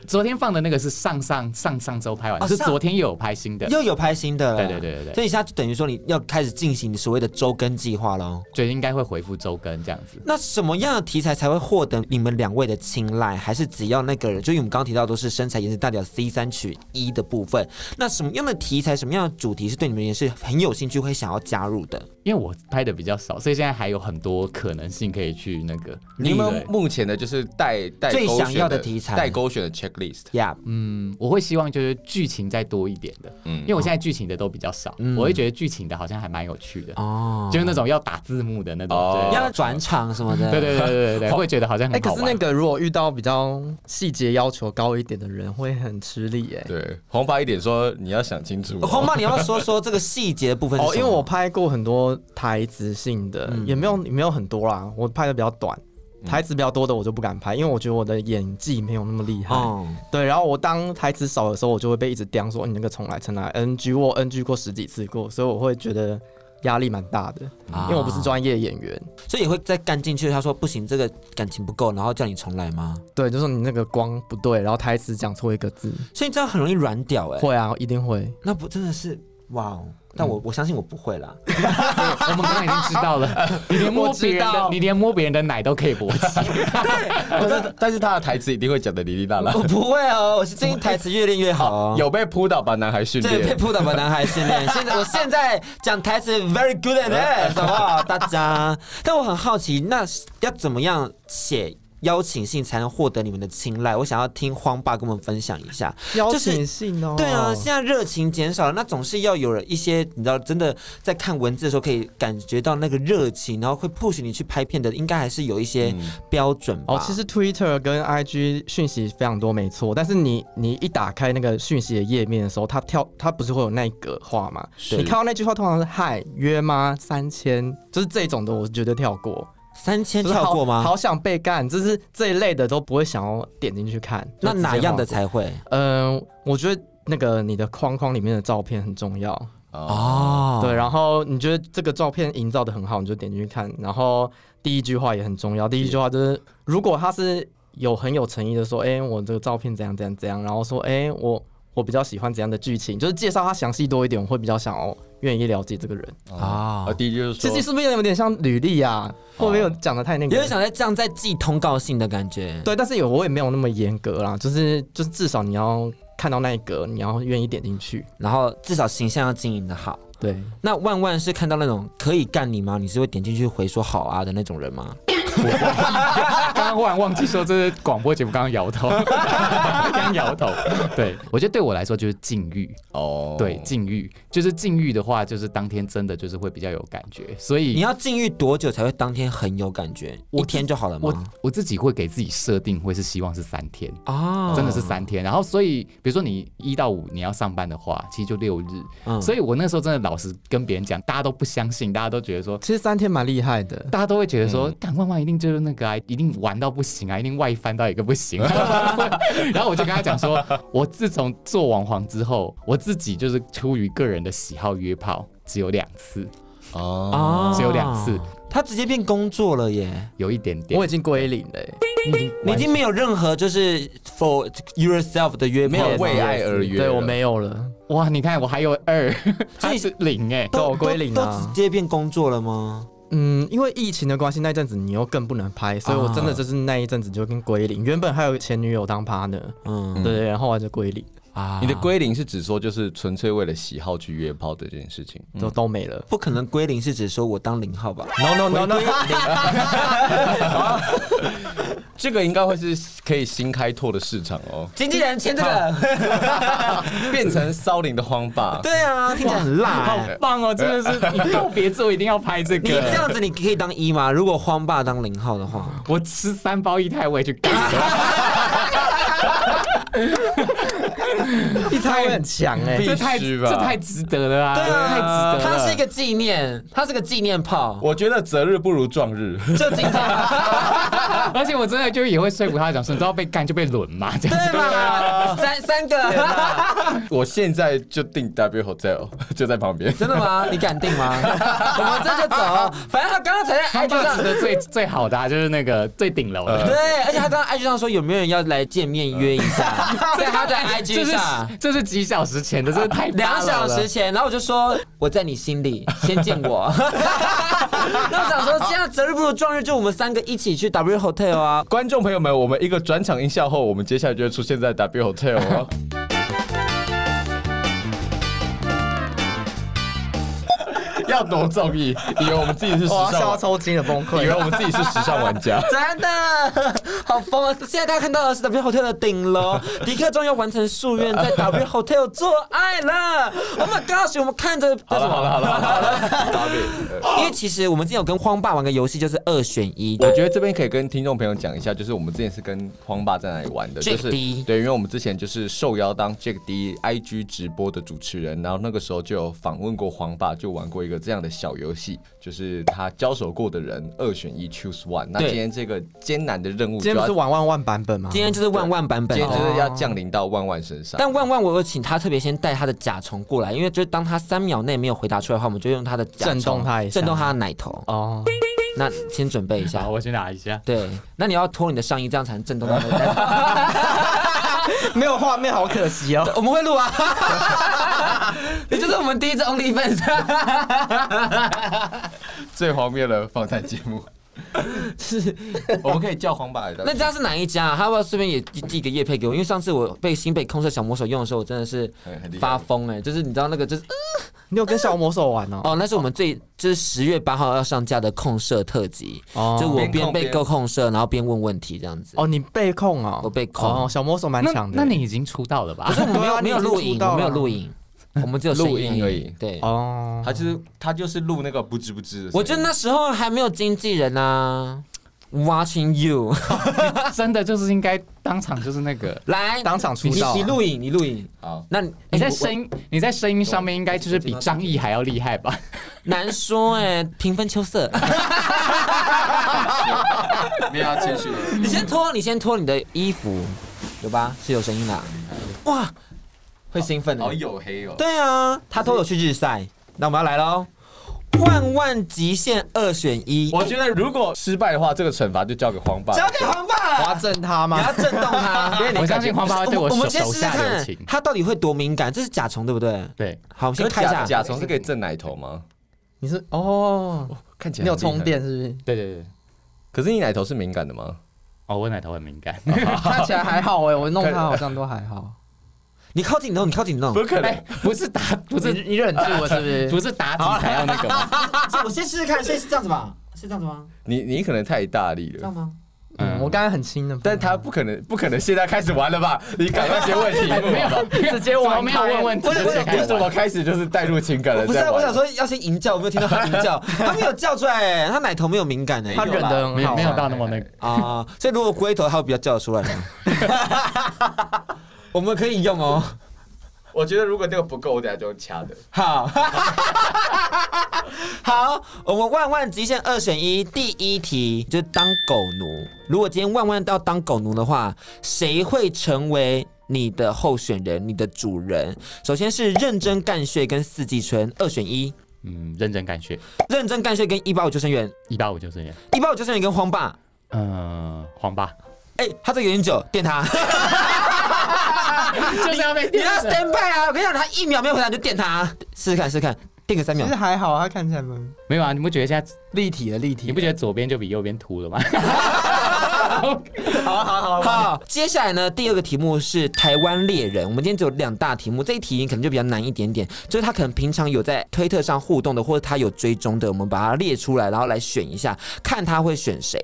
Speaker 4: [laughs] 昨天放的那个是上上上上周拍完，
Speaker 2: 哦
Speaker 4: 是
Speaker 2: 上
Speaker 4: 昨天又有拍新的，
Speaker 2: 又有拍新的了，
Speaker 4: 对对对对对
Speaker 2: 所以现在就等于说你要开始进行你所谓的周更计划喽。
Speaker 4: 就应该会回复周更这样子。
Speaker 2: 那什么样的题材才会获得你们两位的青睐？还是只要那个人，就因为我们刚刚提到都是身材颜值大屌 C 三取一的部分，那什么样的题材、什么样的主题是对你们也是很有兴趣，会想要加入的？
Speaker 4: 因为我拍的比较少，所以现在还有很多可能性可以去那个。
Speaker 3: 你
Speaker 4: 们
Speaker 3: 们目前的就是带带
Speaker 2: 最
Speaker 3: 勾
Speaker 2: 想
Speaker 3: 选
Speaker 2: 要的题材
Speaker 3: 带勾选的 checklist。
Speaker 2: 呀、
Speaker 4: 嗯，我会希望就是剧情再多一点的，
Speaker 3: 嗯
Speaker 4: 因为我现在剧情的都比较少，
Speaker 5: 嗯
Speaker 4: 我会觉得剧情的好像还蛮有趣的，
Speaker 2: 哦，
Speaker 4: 就是那种要打字幕的那种。
Speaker 3: 哦
Speaker 2: 要转场什么的，
Speaker 4: 对对对对对对对，会觉得好像
Speaker 5: 哎、
Speaker 4: 很好
Speaker 5: 可
Speaker 4: 玩。
Speaker 5: 是那个如果遇到比较细节要求高一点的人，会很吃力哎耶、
Speaker 3: 对，黄发一点说你要想清楚哦。
Speaker 2: 红妈，你要不要说说这个细节的部分是
Speaker 5: 哦，
Speaker 2: 什
Speaker 5: 因
Speaker 2: 么？嗯
Speaker 5: 为我拍过很多台词性的，也没有也没有很多啦，我拍的比较短，台词比较多的我就不敢拍，因为我觉得我的演技没有那么厉害。
Speaker 2: 哦，
Speaker 5: 对，然后我当台词少的时候，我就会被一直刁说你那个重来重来 NG，我 NG 过十几次过，所以我会觉得压力蛮大的，
Speaker 2: 啊
Speaker 5: 因为我不是专业演员。
Speaker 2: 所以也会再干进去。他说不行，这个感情不够，然后叫你重来吗？
Speaker 5: 对，就是你那个光不对，然后台词讲错一个字，
Speaker 2: 所以这样很容易软屌哎、
Speaker 5: 会啊，嗯一定会。
Speaker 2: 那不真的是哇哦！但我、我相信我不会啦。 [laughs]
Speaker 4: [laughs] 我们刚刚已经知道
Speaker 5: [laughs]
Speaker 4: 了，你连摸别人
Speaker 5: 我知
Speaker 4: 的
Speaker 5: 道，
Speaker 4: 你连摸别人的奶都可以勃起。
Speaker 5: [laughs]
Speaker 3: [laughs] 但是但是他的台词一定会讲的哩哩啦啦
Speaker 2: 我。不会哦，我是最近台词越练越好
Speaker 5: [laughs]
Speaker 2: 哦。
Speaker 3: 有被扑倒把男孩训
Speaker 2: 对被
Speaker 3: 练，
Speaker 2: 扑倒的男孩训练，
Speaker 5: [laughs]
Speaker 2: 现在我现在讲台词 very good at it，好不好？大家，但我很好奇，那要怎么样写邀请信才能获得你们的青睐？我想要听荒爸跟我们分享一下。
Speaker 5: 邀
Speaker 2: 就是
Speaker 5: 请信哦、
Speaker 2: 对啊，现在热情减少了，那总是要有了一些，你知道，真的在看文字的时候可以感觉到那个热情，然后会 push 你去拍片的，应该还是有一些标准吧？
Speaker 5: 哦，其实 Twitter 跟 IG 讯息非常多，没错。但是你你一打开那个讯息的页面的时候，它跳它不是会有那一格话吗？
Speaker 3: 是
Speaker 5: 你看到那句话，通常是嗨约吗？三千，就是这种的，我绝对跳过。
Speaker 2: 三千
Speaker 5: 就是好
Speaker 2: 跳过吗？
Speaker 5: 好想被干，就是这一类的都不会想要点进去看。
Speaker 2: 那
Speaker 5: 就直接
Speaker 2: 哪样的
Speaker 5: 划过？
Speaker 2: 才会？
Speaker 5: 嗯、我觉得那个你的框框里面的照片很重要。
Speaker 2: 哦，
Speaker 5: 对，啊然后你觉得这个照片营造的很好，你就点进去看。然后第一句话也很重要，第一句话就是，如果他是有很有诚意的说，哎、我这个照片怎样怎样怎样，然后说，哎、我我比较喜欢怎样的剧情，就是介绍他详细多一点，我会比较想要愿意了解这个人。
Speaker 2: 啊
Speaker 3: 啊！
Speaker 5: 哦
Speaker 3: 第一就是
Speaker 5: 其
Speaker 3: 说
Speaker 5: 实，是不是有点像履历啊？会不会有讲的太那
Speaker 2: 有
Speaker 5: 个？
Speaker 2: 点想在这样在寄通告信的感觉。
Speaker 5: 对，但是有我也没有那么严格啦，就是就是至少你要看到那一格，你要愿意点进去。
Speaker 2: 然后至少形象要经营的好。
Speaker 5: 对，
Speaker 2: 那万万是看到那种可以干你吗？你是会点进去回说好啊的那种人吗？
Speaker 4: 刚刚忽然忘记说，这是广播节目，刚刚摇
Speaker 5: [laughs]
Speaker 4: 头，刚摇头。对，我觉得对我来说就是禁欲，
Speaker 3: 哦
Speaker 4: 对，禁欲就是禁欲的话，就是当天真的就是会比较有感觉，所以
Speaker 2: 你要禁欲多久才会当天很有感觉？一
Speaker 4: 我
Speaker 2: 天就好了
Speaker 4: 我
Speaker 2: 吗？
Speaker 4: 我自己会给自己设定会是希望是三天，
Speaker 2: 啊
Speaker 4: 真的是三天。然后所以比如说你一到五你要上班的话，其实就六日。
Speaker 2: 嗯
Speaker 4: 所以我那时候真的老实跟别人讲，大家都不相信，大家都觉
Speaker 2: [laughs]
Speaker 4: 得说。
Speaker 5: 其实三天蛮厉害的。
Speaker 4: 大家都会觉得说，
Speaker 2: 嗯
Speaker 4: 干万万一定就是那个啊，一定玩到不行啊，一定外翻到一个不行、啊 [laughs] 然后我就跟他讲说， [laughs] 我自从做网黄之后，我自己就是出于个人的喜好约炮只有两次，
Speaker 3: 哦，
Speaker 2: 哦
Speaker 4: 只有两次，
Speaker 2: 他直接变工作了耶！
Speaker 4: 有一点点
Speaker 5: 我。已经归零了、欸，
Speaker 2: 你已经没有任何就是 for yourself 的约
Speaker 3: 没
Speaker 2: 没
Speaker 3: 有为爱而约了，
Speaker 5: 对我没有了，
Speaker 4: 哇，你看我还有二，
Speaker 2: 所
Speaker 4: 他
Speaker 2: 以
Speaker 4: 是零哎、
Speaker 5: 都
Speaker 2: 都
Speaker 5: 有归零啊
Speaker 2: 都都直接变工作了吗？
Speaker 5: 嗯，因为疫情的关系，那阵子你又更不能拍，所以我真的就是那一阵子就跟归零。原本还有前女友当 partner，
Speaker 2: 嗯
Speaker 5: 对，然后来就归零，
Speaker 2: 啊
Speaker 3: 你的归零是指说就是纯粹为了喜好去约炮的这件事情，
Speaker 5: 就都没了。
Speaker 2: 不可能归零是指说我当零号吧？，
Speaker 5: No no no no，
Speaker 3: 这个应该会是可以新开拓的市场 [laughs] 哦
Speaker 2: 经纪人签这个，
Speaker 3: 变成骚灵的荒 [laughs] 霸。
Speaker 2: [laughs] 对啊，听起来很辣
Speaker 4: 好
Speaker 2: 欸。
Speaker 4: 棒哦！真
Speaker 2: [laughs]
Speaker 4: 的是你告别之后一定要拍这
Speaker 2: 你这
Speaker 4: 个。
Speaker 2: 样子你可以当一吗？如果荒爸当零号的话，
Speaker 4: 我吃三包一太我也去干了，
Speaker 5: 一胎会很强哎、
Speaker 3: 必
Speaker 4: 这
Speaker 2: [laughs]
Speaker 4: 太
Speaker 3: 须吧
Speaker 4: 这太值得了啊！
Speaker 2: 对啊，
Speaker 4: 太值得了。
Speaker 2: 他是一个纪念，他是个纪念炮，
Speaker 3: 我觉得择日不如撞日，
Speaker 2: 就警察
Speaker 4: 而且我真的就也会说服他讲说，你都要被干就被轮嘛，这样
Speaker 2: [laughs] 对啊吧？三三个，
Speaker 3: 我现在就订 W Hotel，就在旁边。
Speaker 2: 真的吗？你敢定吗？我们这就走，反正他刚刚才在
Speaker 4: 他
Speaker 2: IG
Speaker 4: 就
Speaker 2: 上
Speaker 4: 值。得最最好的、啊、就是那个最顶楼的。
Speaker 2: 对，而且他刚刚 IG 上说有没有人要来见面约一下，在他的 IG
Speaker 4: [laughs] 这是
Speaker 2: 上。啊
Speaker 4: 这是几小时前的，真的太
Speaker 2: 两小时前，然后我就说我在你心里，先见我。那我想说，这样择日不如撞日，就我们三个一起去 W Hotel 啊。。
Speaker 3: 观众朋友们，我们一个转场音效后，我们接下来就会出现在 W Hotel 哦。 [laughs] 要多综艺，以为我们自己是时
Speaker 5: [laughs] 哇，
Speaker 3: [laughs] 尚
Speaker 5: 笑到
Speaker 3: 玩，
Speaker 5: 抽筋的崩
Speaker 3: 以为
Speaker 5: 溃。
Speaker 3: 我们自己是时尚玩家
Speaker 2: 真 [laughs] 的好疯啊！现在大家看到的是 W Hotel 的顶楼，迪克终于要完成夙愿，在 W Hotel 做爱了。Oh my gosh！我们看着
Speaker 3: 好了好了好了好了，打脸。呃
Speaker 2: 因为其实我们之前有跟荒爸玩个游戏，就是二选一。
Speaker 3: 我觉得这边可以跟听众朋友讲一下，就是我们之前是跟荒爸在哪里玩的，就
Speaker 2: Jack
Speaker 3: 是
Speaker 2: D
Speaker 3: 对，因为我们之前就是受邀当 Jack D IG 直播的主持人，然后那个时候就有访问过黄爸，就玩过一个这样的小游戏，就是他交手过的人二选一 choose one。那
Speaker 2: 对
Speaker 3: 今天这个艰难的任务就
Speaker 5: 今天不
Speaker 3: 要，
Speaker 5: 是
Speaker 3: 今
Speaker 5: 玩万万版本吗？
Speaker 2: 今天就是万万版本，哦
Speaker 3: 天就是要降临到万万身上。
Speaker 2: 但万万，我有请他特别先带他的甲虫过来，因为就是当他三秒内没有回答出来的话，我们就用他的甲虫
Speaker 5: 震动他一下
Speaker 2: 震动他的奶头。
Speaker 5: 哦，
Speaker 2: 那先准备一下
Speaker 4: 好，，我去拿一下。
Speaker 2: 对，那你要脱你的上衣，这样才能震动他的奶头。
Speaker 5: 没有画面好可惜哦。
Speaker 2: 我们会录啊，也就是我们第一支 OnlyFans，啊
Speaker 3: 最荒谬的访谈节
Speaker 2: [laughs]
Speaker 3: 目，是 [laughs] 我们可以叫黄爸来
Speaker 2: 那
Speaker 3: 的。
Speaker 2: 家是哪一家、啊？他要不要顺便也寄个叶配给我？因为上次我被新北空射小魔手用的时候，我真的是
Speaker 3: 很很厉害
Speaker 2: 发疯哎、就是你知道那个就是
Speaker 5: 你有跟小魔手玩哦？
Speaker 2: [laughs] 哦，那是我们最就是十月八号要上架的控社特辑，
Speaker 5: 哦
Speaker 2: 就我
Speaker 3: 边
Speaker 2: 边
Speaker 3: 控
Speaker 2: 被
Speaker 3: 边
Speaker 2: 够控社，然后边问问题这样子。
Speaker 5: 哦，你被控哦，
Speaker 2: 我被控
Speaker 5: 哦，小魔手蛮
Speaker 4: 那
Speaker 5: 强的。
Speaker 4: 那你已经出道了吧
Speaker 2: 可？是我们没有、
Speaker 5: [laughs] 对啊
Speaker 2: 没有
Speaker 5: 你已经
Speaker 2: 录影，
Speaker 5: 出道
Speaker 2: 我没有
Speaker 5: 了
Speaker 2: 录影，我们只有
Speaker 5: [laughs]
Speaker 2: 声
Speaker 3: 录音而已
Speaker 2: 对，
Speaker 5: 哦，
Speaker 3: 他就是他就是录那个不知不知的声音，
Speaker 2: 我觉得那时候还没有经纪人啊。Watching you， [laughs] 啊
Speaker 4: 真的就是应该当场就是那个。
Speaker 2: 来
Speaker 5: 当场出
Speaker 2: 你
Speaker 5: 道啊
Speaker 2: 你录影，你录影。
Speaker 3: 好，
Speaker 2: 那你
Speaker 4: 你在
Speaker 2: 哎我
Speaker 4: 声音你在声音上面应该就是比张译还要厉害吧？
Speaker 2: 难说哎、平分秋色。 [laughs]
Speaker 3: 没有要谦虚。
Speaker 2: [laughs] 你先脱，你先脱你的衣服，有吧？是有声音的啊、
Speaker 5: 嗯
Speaker 2: 哇，会兴奋的、
Speaker 3: 好黝黑哦。
Speaker 2: 对啊，他都有去日晒，那我们要来喽。万万极限二选一，
Speaker 3: 我觉得如果失败的话，这个惩罚就交给黄爸。
Speaker 2: 交给黄爸
Speaker 5: 我
Speaker 2: 了
Speaker 5: 要。震
Speaker 2: [laughs]
Speaker 5: 他
Speaker 2: 你
Speaker 5: 吗
Speaker 2: 要？震动他，因为你
Speaker 4: [laughs] 我相信黄爸会对我
Speaker 2: 我们先
Speaker 4: 手手
Speaker 2: 试试
Speaker 4: 下留
Speaker 2: 看
Speaker 4: 情。
Speaker 2: 他到底会多敏感。这是甲虫对不对？
Speaker 4: 对，
Speaker 2: 好，我们
Speaker 3: 可
Speaker 2: 先
Speaker 3: 是
Speaker 2: 看一下
Speaker 3: 甲甲虫是可以震奶头吗？
Speaker 5: 你是哦，
Speaker 3: 看起来
Speaker 5: 你有
Speaker 3: 很厉害
Speaker 5: 充电，是不
Speaker 4: [laughs]
Speaker 5: 是？
Speaker 4: 对对对。
Speaker 3: 可是你奶头是敏感的吗？
Speaker 4: 哦，我奶头很敏感。
Speaker 2: 哦
Speaker 5: 看起来还好哎，我弄他好像都还好。
Speaker 2: 你靠近你弄，你靠近你
Speaker 4: [laughs]
Speaker 2: 弄。啊
Speaker 3: 可
Speaker 4: 哎，不是打，不
Speaker 5: 你
Speaker 4: 是
Speaker 5: 你忍住了是不
Speaker 4: [laughs]
Speaker 5: 是？
Speaker 4: 不是打底才要那个吗？
Speaker 2: 啊我先试试看，先是这样子吧？是这样子吗？
Speaker 3: 你你可能太大力
Speaker 2: 这样
Speaker 3: 了，
Speaker 2: 吗？
Speaker 5: 嗯，我刚刚很轻的，
Speaker 3: 但他不可能不可能现在开始玩了吧？你赶快先问题目
Speaker 4: [laughs] 没
Speaker 3: 好
Speaker 4: 有
Speaker 3: 吧。，
Speaker 4: [laughs] 直接我没有问问题，
Speaker 2: 不是不
Speaker 4: 直
Speaker 2: 是
Speaker 4: 接
Speaker 3: 你
Speaker 4: 开始
Speaker 3: 怎么
Speaker 4: 玩。
Speaker 3: 开始就是带入情
Speaker 4: 呃
Speaker 3: 感了？
Speaker 2: 不是
Speaker 3: 在
Speaker 2: 啊，我
Speaker 3: 玩
Speaker 2: 想，说要先吟叫，我没有听到他吟
Speaker 4: [laughs]
Speaker 2: 叫，他没有叫出来，他奶头没有敏感哎，
Speaker 5: 他忍得
Speaker 4: 没有
Speaker 5: 很好，
Speaker 4: 没有到那么那个，
Speaker 2: 啊，所以如果龟头，他会比较叫得出来
Speaker 4: [laughs]
Speaker 2: 吗。 [laughs] 我们可以用哦，
Speaker 3: 我觉得如果这个不够，我等下就用掐的。
Speaker 2: 好， [laughs] 好，我们万万极限二选一，第一题就是当狗奴。如果今天万万要当狗奴的话，谁会成为你的候选人、你的主人？首先是认真干睡跟四季春，二选一。
Speaker 4: 嗯，认真干学，
Speaker 2: 认真干学跟一八五救生员，
Speaker 4: 一八五就是这样。
Speaker 2: 一八五救生员跟荒爸，
Speaker 4: 嗯，黄吧，
Speaker 2: 哎、他 [laughs] 这个有点久，电他，
Speaker 4: 就是要 [laughs] 被
Speaker 2: 你
Speaker 4: 电
Speaker 2: 要
Speaker 4: 的。
Speaker 2: stand by 啊！我跟你讲，他一秒没有回答你就电他，试试看，试试看，电个三秒
Speaker 5: 其实。还好，他看起来蛮
Speaker 4: 没有啊，你不觉得现在
Speaker 5: 立体的，立体。
Speaker 4: 你不觉得左边就比右边秃了吗？
Speaker 5: 好好好好，
Speaker 2: 好，啊接下来呢，第二个题目是台湾猎人。我们今天只有两大题目，这一题可能就比较难一点点，就是他可能平常有在推特上互动的，或者他有追踪的，我们把它列出来，然后来选一下，看他会选谁。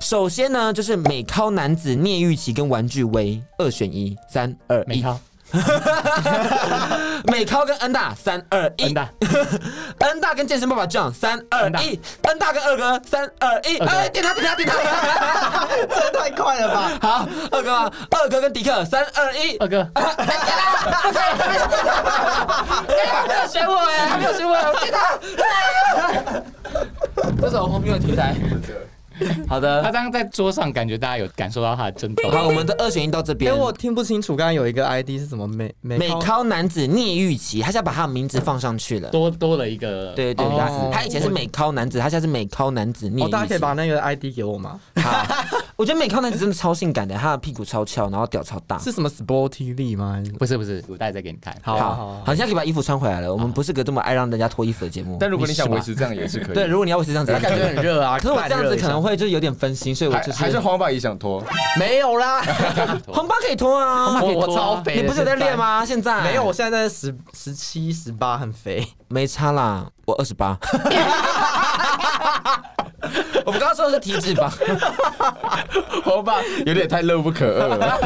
Speaker 2: 首先呢，就是美尻男子聂玉琪跟玩具薇，二选一，三二
Speaker 4: [laughs] 没
Speaker 2: 一，
Speaker 4: 靠，
Speaker 2: [laughs] 美尻跟恩大，三二一
Speaker 4: 真，的，
Speaker 2: 恩大跟健身爸爸 John，三二
Speaker 4: 恩大
Speaker 2: 一，恩大跟二哥，三二一，
Speaker 4: 二哥
Speaker 2: 哎，点他点他点他，
Speaker 5: 这太快了吧？
Speaker 2: 好，二哥吗？二哥跟迪克，三二一，
Speaker 4: [laughs] 二 [laughs] 哥，
Speaker 2: 他没有选我哎，他没有选我，我记他。这是我荒谬的题材。好
Speaker 4: 他
Speaker 2: 的，
Speaker 4: 这样在桌上感觉大家有感受到他的争斗。
Speaker 2: 好，我们的二选一到这
Speaker 5: 因为
Speaker 2: 边。
Speaker 5: 哎我听不清楚，刚刚有一个 ID 是什么美美
Speaker 2: 美
Speaker 5: 康
Speaker 2: 康男子聂玉琪，他现在把他的名字放上去了。
Speaker 4: 多多了一个，
Speaker 2: 对对，他
Speaker 5: 哦
Speaker 2: 他以前是美康男子，他现在是美康男子聂
Speaker 5: 哦，
Speaker 2: 玉
Speaker 5: 大家可以
Speaker 2: 琪。
Speaker 5: 把那个 ID 给我吗？
Speaker 2: 好，我觉得美康男子真的超性感的，他的屁股超翘，然后屌超大。
Speaker 5: 是什么 Sporty Lee 吗？还是
Speaker 4: 不是不是，我待再给你看。
Speaker 5: 好啊好
Speaker 2: 好
Speaker 5: 啊，
Speaker 2: 现在可以把衣服穿回来了。我们不是个这么爱让人家脱衣服的节目。
Speaker 3: 但如果你想维持这样也是可以。
Speaker 2: 对，如果你要维持这样子，
Speaker 5: 感觉很热 [laughs] 啊，
Speaker 2: 可是我这样子可能
Speaker 5: 会
Speaker 2: 会就是有点分心，所以我
Speaker 3: 还
Speaker 2: 就是
Speaker 3: 还是黄爸也想脱，
Speaker 5: 没有啦，
Speaker 2: 红包可以脱啊。
Speaker 5: [laughs] 我
Speaker 4: 以
Speaker 5: [laughs] 我
Speaker 4: 脱啊
Speaker 5: 超肥
Speaker 2: 你
Speaker 5: 的，
Speaker 2: 不是有在练
Speaker 5: 现
Speaker 2: 吗？现在
Speaker 5: 在？嗯没有，我现在在十十七、十八，很肥。 [laughs]
Speaker 2: 没差啦，我二十八。我们刚刚说的是体脂肪，
Speaker 3: [laughs] 黄爸有点太乐不可遏了。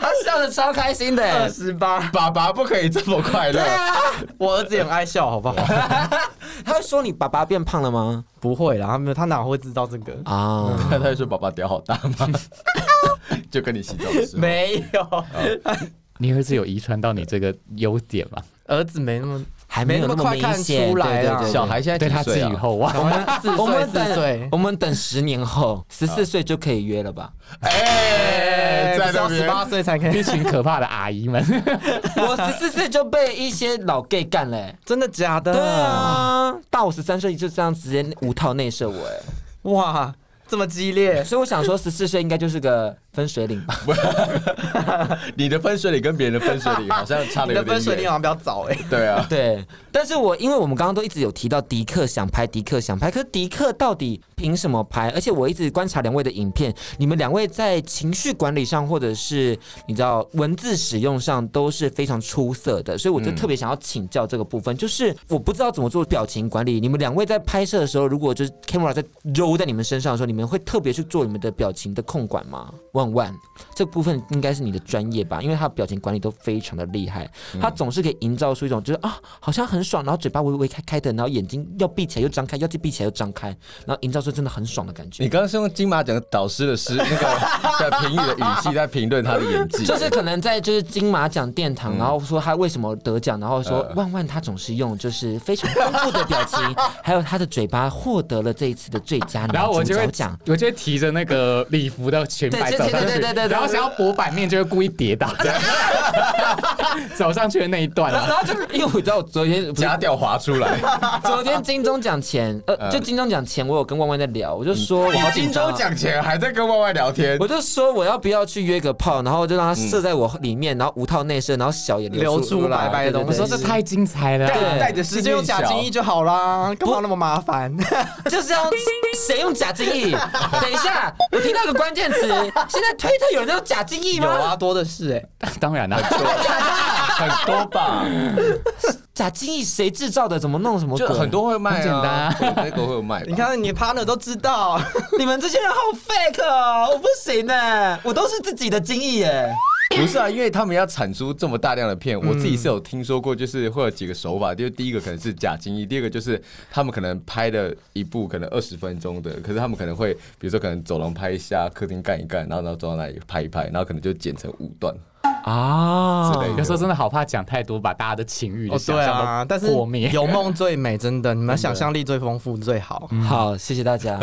Speaker 2: 他笑的超开心的欸。
Speaker 5: 十八，
Speaker 3: 爸爸不可以这么快乐，
Speaker 5: [laughs] 啊我儿子也很爱笑，好 [laughs] 不好？
Speaker 2: 他会说你爸爸变胖了吗？
Speaker 5: 不会啦，他没有，他哪会知道这个？
Speaker 3: [laughs]
Speaker 2: 啊，
Speaker 3: 他就说爸爸屌好大 [laughs] 吗？就跟你洗澡的时候，
Speaker 5: 没有，
Speaker 4: 你儿子有遗传到你这个优点吗？
Speaker 5: [laughs] 儿子没那么
Speaker 2: 还没有那
Speaker 5: 没那么快
Speaker 2: 明
Speaker 5: 看
Speaker 2: 显。
Speaker 5: 出来啊
Speaker 2: 对对对对
Speaker 3: 小孩现在
Speaker 4: 对
Speaker 3: 几
Speaker 4: 他
Speaker 3: 岁
Speaker 4: 寄
Speaker 3: 啊
Speaker 4: 予厚 [laughs] 望。
Speaker 5: 四
Speaker 2: 我
Speaker 5: 岁
Speaker 2: 们
Speaker 5: 四
Speaker 2: 等
Speaker 5: 岁
Speaker 2: 我。们等十年后，十四岁就可以约了吧？
Speaker 3: 哎，在那
Speaker 5: 到十
Speaker 3: 边
Speaker 5: 八岁才可
Speaker 4: 一
Speaker 5: 以，
Speaker 4: 群可怕的阿姨们，
Speaker 5: 啊
Speaker 2: 我十四岁就被一些老 gay 干嘞、
Speaker 5: [laughs] [laughs] 真的假的？
Speaker 2: 对，啊，大我十三岁就这样直接无套内射我哎、
Speaker 5: 哇，这么激烈，
Speaker 2: 所以我想说十四岁应该就是个分水岭吧。
Speaker 3: 你的分水岭跟别人的分水岭好像差的
Speaker 5: 你
Speaker 3: 有
Speaker 5: 的
Speaker 3: 点
Speaker 5: 分水岭
Speaker 3: 远。
Speaker 5: 好像比较早哎。
Speaker 3: 对啊，
Speaker 2: 对，但是我因为我们刚刚都一直有提到迪克想拍，迪克想拍，可是迪克到底凭什么拍？而且我一直观察两位的影片，你们两位在情绪管理上，或者是你知道文字使用上都是非常出色的，所以我就特别想要请教这个部分，就是我不知道怎么做表情管理。你们两位在拍摄的时候，如果就是 camera 在揉在你们身上的时候，你们会特别去做你们的表情的控管吗？万万，这部分应该是你的专业吧，因为他的表情管理都非常的厉害，他总是可以营造出一种就是啊，好像很爽，然后嘴巴微微开开的，然后眼睛要闭起来又张开，要闭起来又张开，然后营造出真的很爽的感
Speaker 3: 你
Speaker 2: 觉。
Speaker 3: 刚刚是用金马奖导师的诗那个的评语的语气在评论他的演
Speaker 2: [laughs]
Speaker 3: 技，
Speaker 2: 就是可能在就是金马奖殿堂，然后说他为什么得奖，然后说万万他总是用就是非常丰富的表情， [laughs] 还有他的嘴巴获得了这一次的最佳
Speaker 4: 然后我
Speaker 2: 男主
Speaker 4: 就会
Speaker 2: 角奖。，
Speaker 4: 我就会提着那个礼服的裙摆
Speaker 2: 对
Speaker 4: 走上
Speaker 2: 对
Speaker 4: 去，
Speaker 2: 对对对对对
Speaker 4: 然后想要博版面就会故意跌倒，
Speaker 2: [laughs]
Speaker 4: 这样走上去的那一段
Speaker 2: 然
Speaker 4: 啊，
Speaker 2: 后就是因为我知道我昨天不是
Speaker 3: 假屌滑出来，
Speaker 2: 昨天金钟奖前，呃，
Speaker 3: 嗯
Speaker 2: 就金钟奖前，我有跟万万在聊，我就说我好
Speaker 3: 金
Speaker 2: 紧张
Speaker 3: 钟
Speaker 2: 啊。
Speaker 3: 奖前还在跟万万聊天
Speaker 2: 我，就说我要不要去约个炮，然后就让他射在我里面，然后无套内射，然后小也流
Speaker 5: 流
Speaker 2: 出
Speaker 5: 出白白
Speaker 2: 对对
Speaker 5: 的东
Speaker 4: 我
Speaker 5: 西
Speaker 2: 对
Speaker 4: 说这太精彩了啊，
Speaker 2: 对
Speaker 3: 带着世
Speaker 5: 直接
Speaker 3: 界
Speaker 5: 用假精液就好啦，干嘛那么麻 [laughs] 烦？
Speaker 2: 就是要谁用假精
Speaker 5: [laughs]
Speaker 2: 液？等一下，我听到一个关键词，现在推特有人用假精液
Speaker 5: 有
Speaker 2: 吗？
Speaker 5: 啊，多的是哎。
Speaker 4: [laughs] 当然啦，
Speaker 3: 很多吧，
Speaker 2: 假精液谁制造的？怎么弄什么鬼？
Speaker 3: 就很，多会卖
Speaker 4: 很简单
Speaker 3: 啊
Speaker 4: 啊，
Speaker 3: 对那个会有卖吧。
Speaker 5: 你看你 partner 都知道，
Speaker 2: 你们这些人好 fake 哦，我不行哎，我都是自己的精液耶。
Speaker 3: 不是啊，因为他们要产出这么大量的片，我自己是有听说过，就是会有几个手法，就是第一个可能是假精益，第二个就是他们可能拍的一部可能二十分钟的，可是他们可能会，比如说可能走廊拍一下，客厅干一干，然后然后走到那里拍一拍，然后可能就剪成五段
Speaker 2: 啊
Speaker 3: 之类
Speaker 4: 有
Speaker 3: 的。
Speaker 4: 时候真的好怕讲太多，把大家的情欲的想
Speaker 5: 对啊
Speaker 4: 象，
Speaker 5: 但
Speaker 4: 都
Speaker 5: 是
Speaker 4: 破灭。
Speaker 5: 有梦最美，真的，你们想象力最丰富最好。
Speaker 2: 好，谢谢大
Speaker 5: [laughs]
Speaker 2: 家。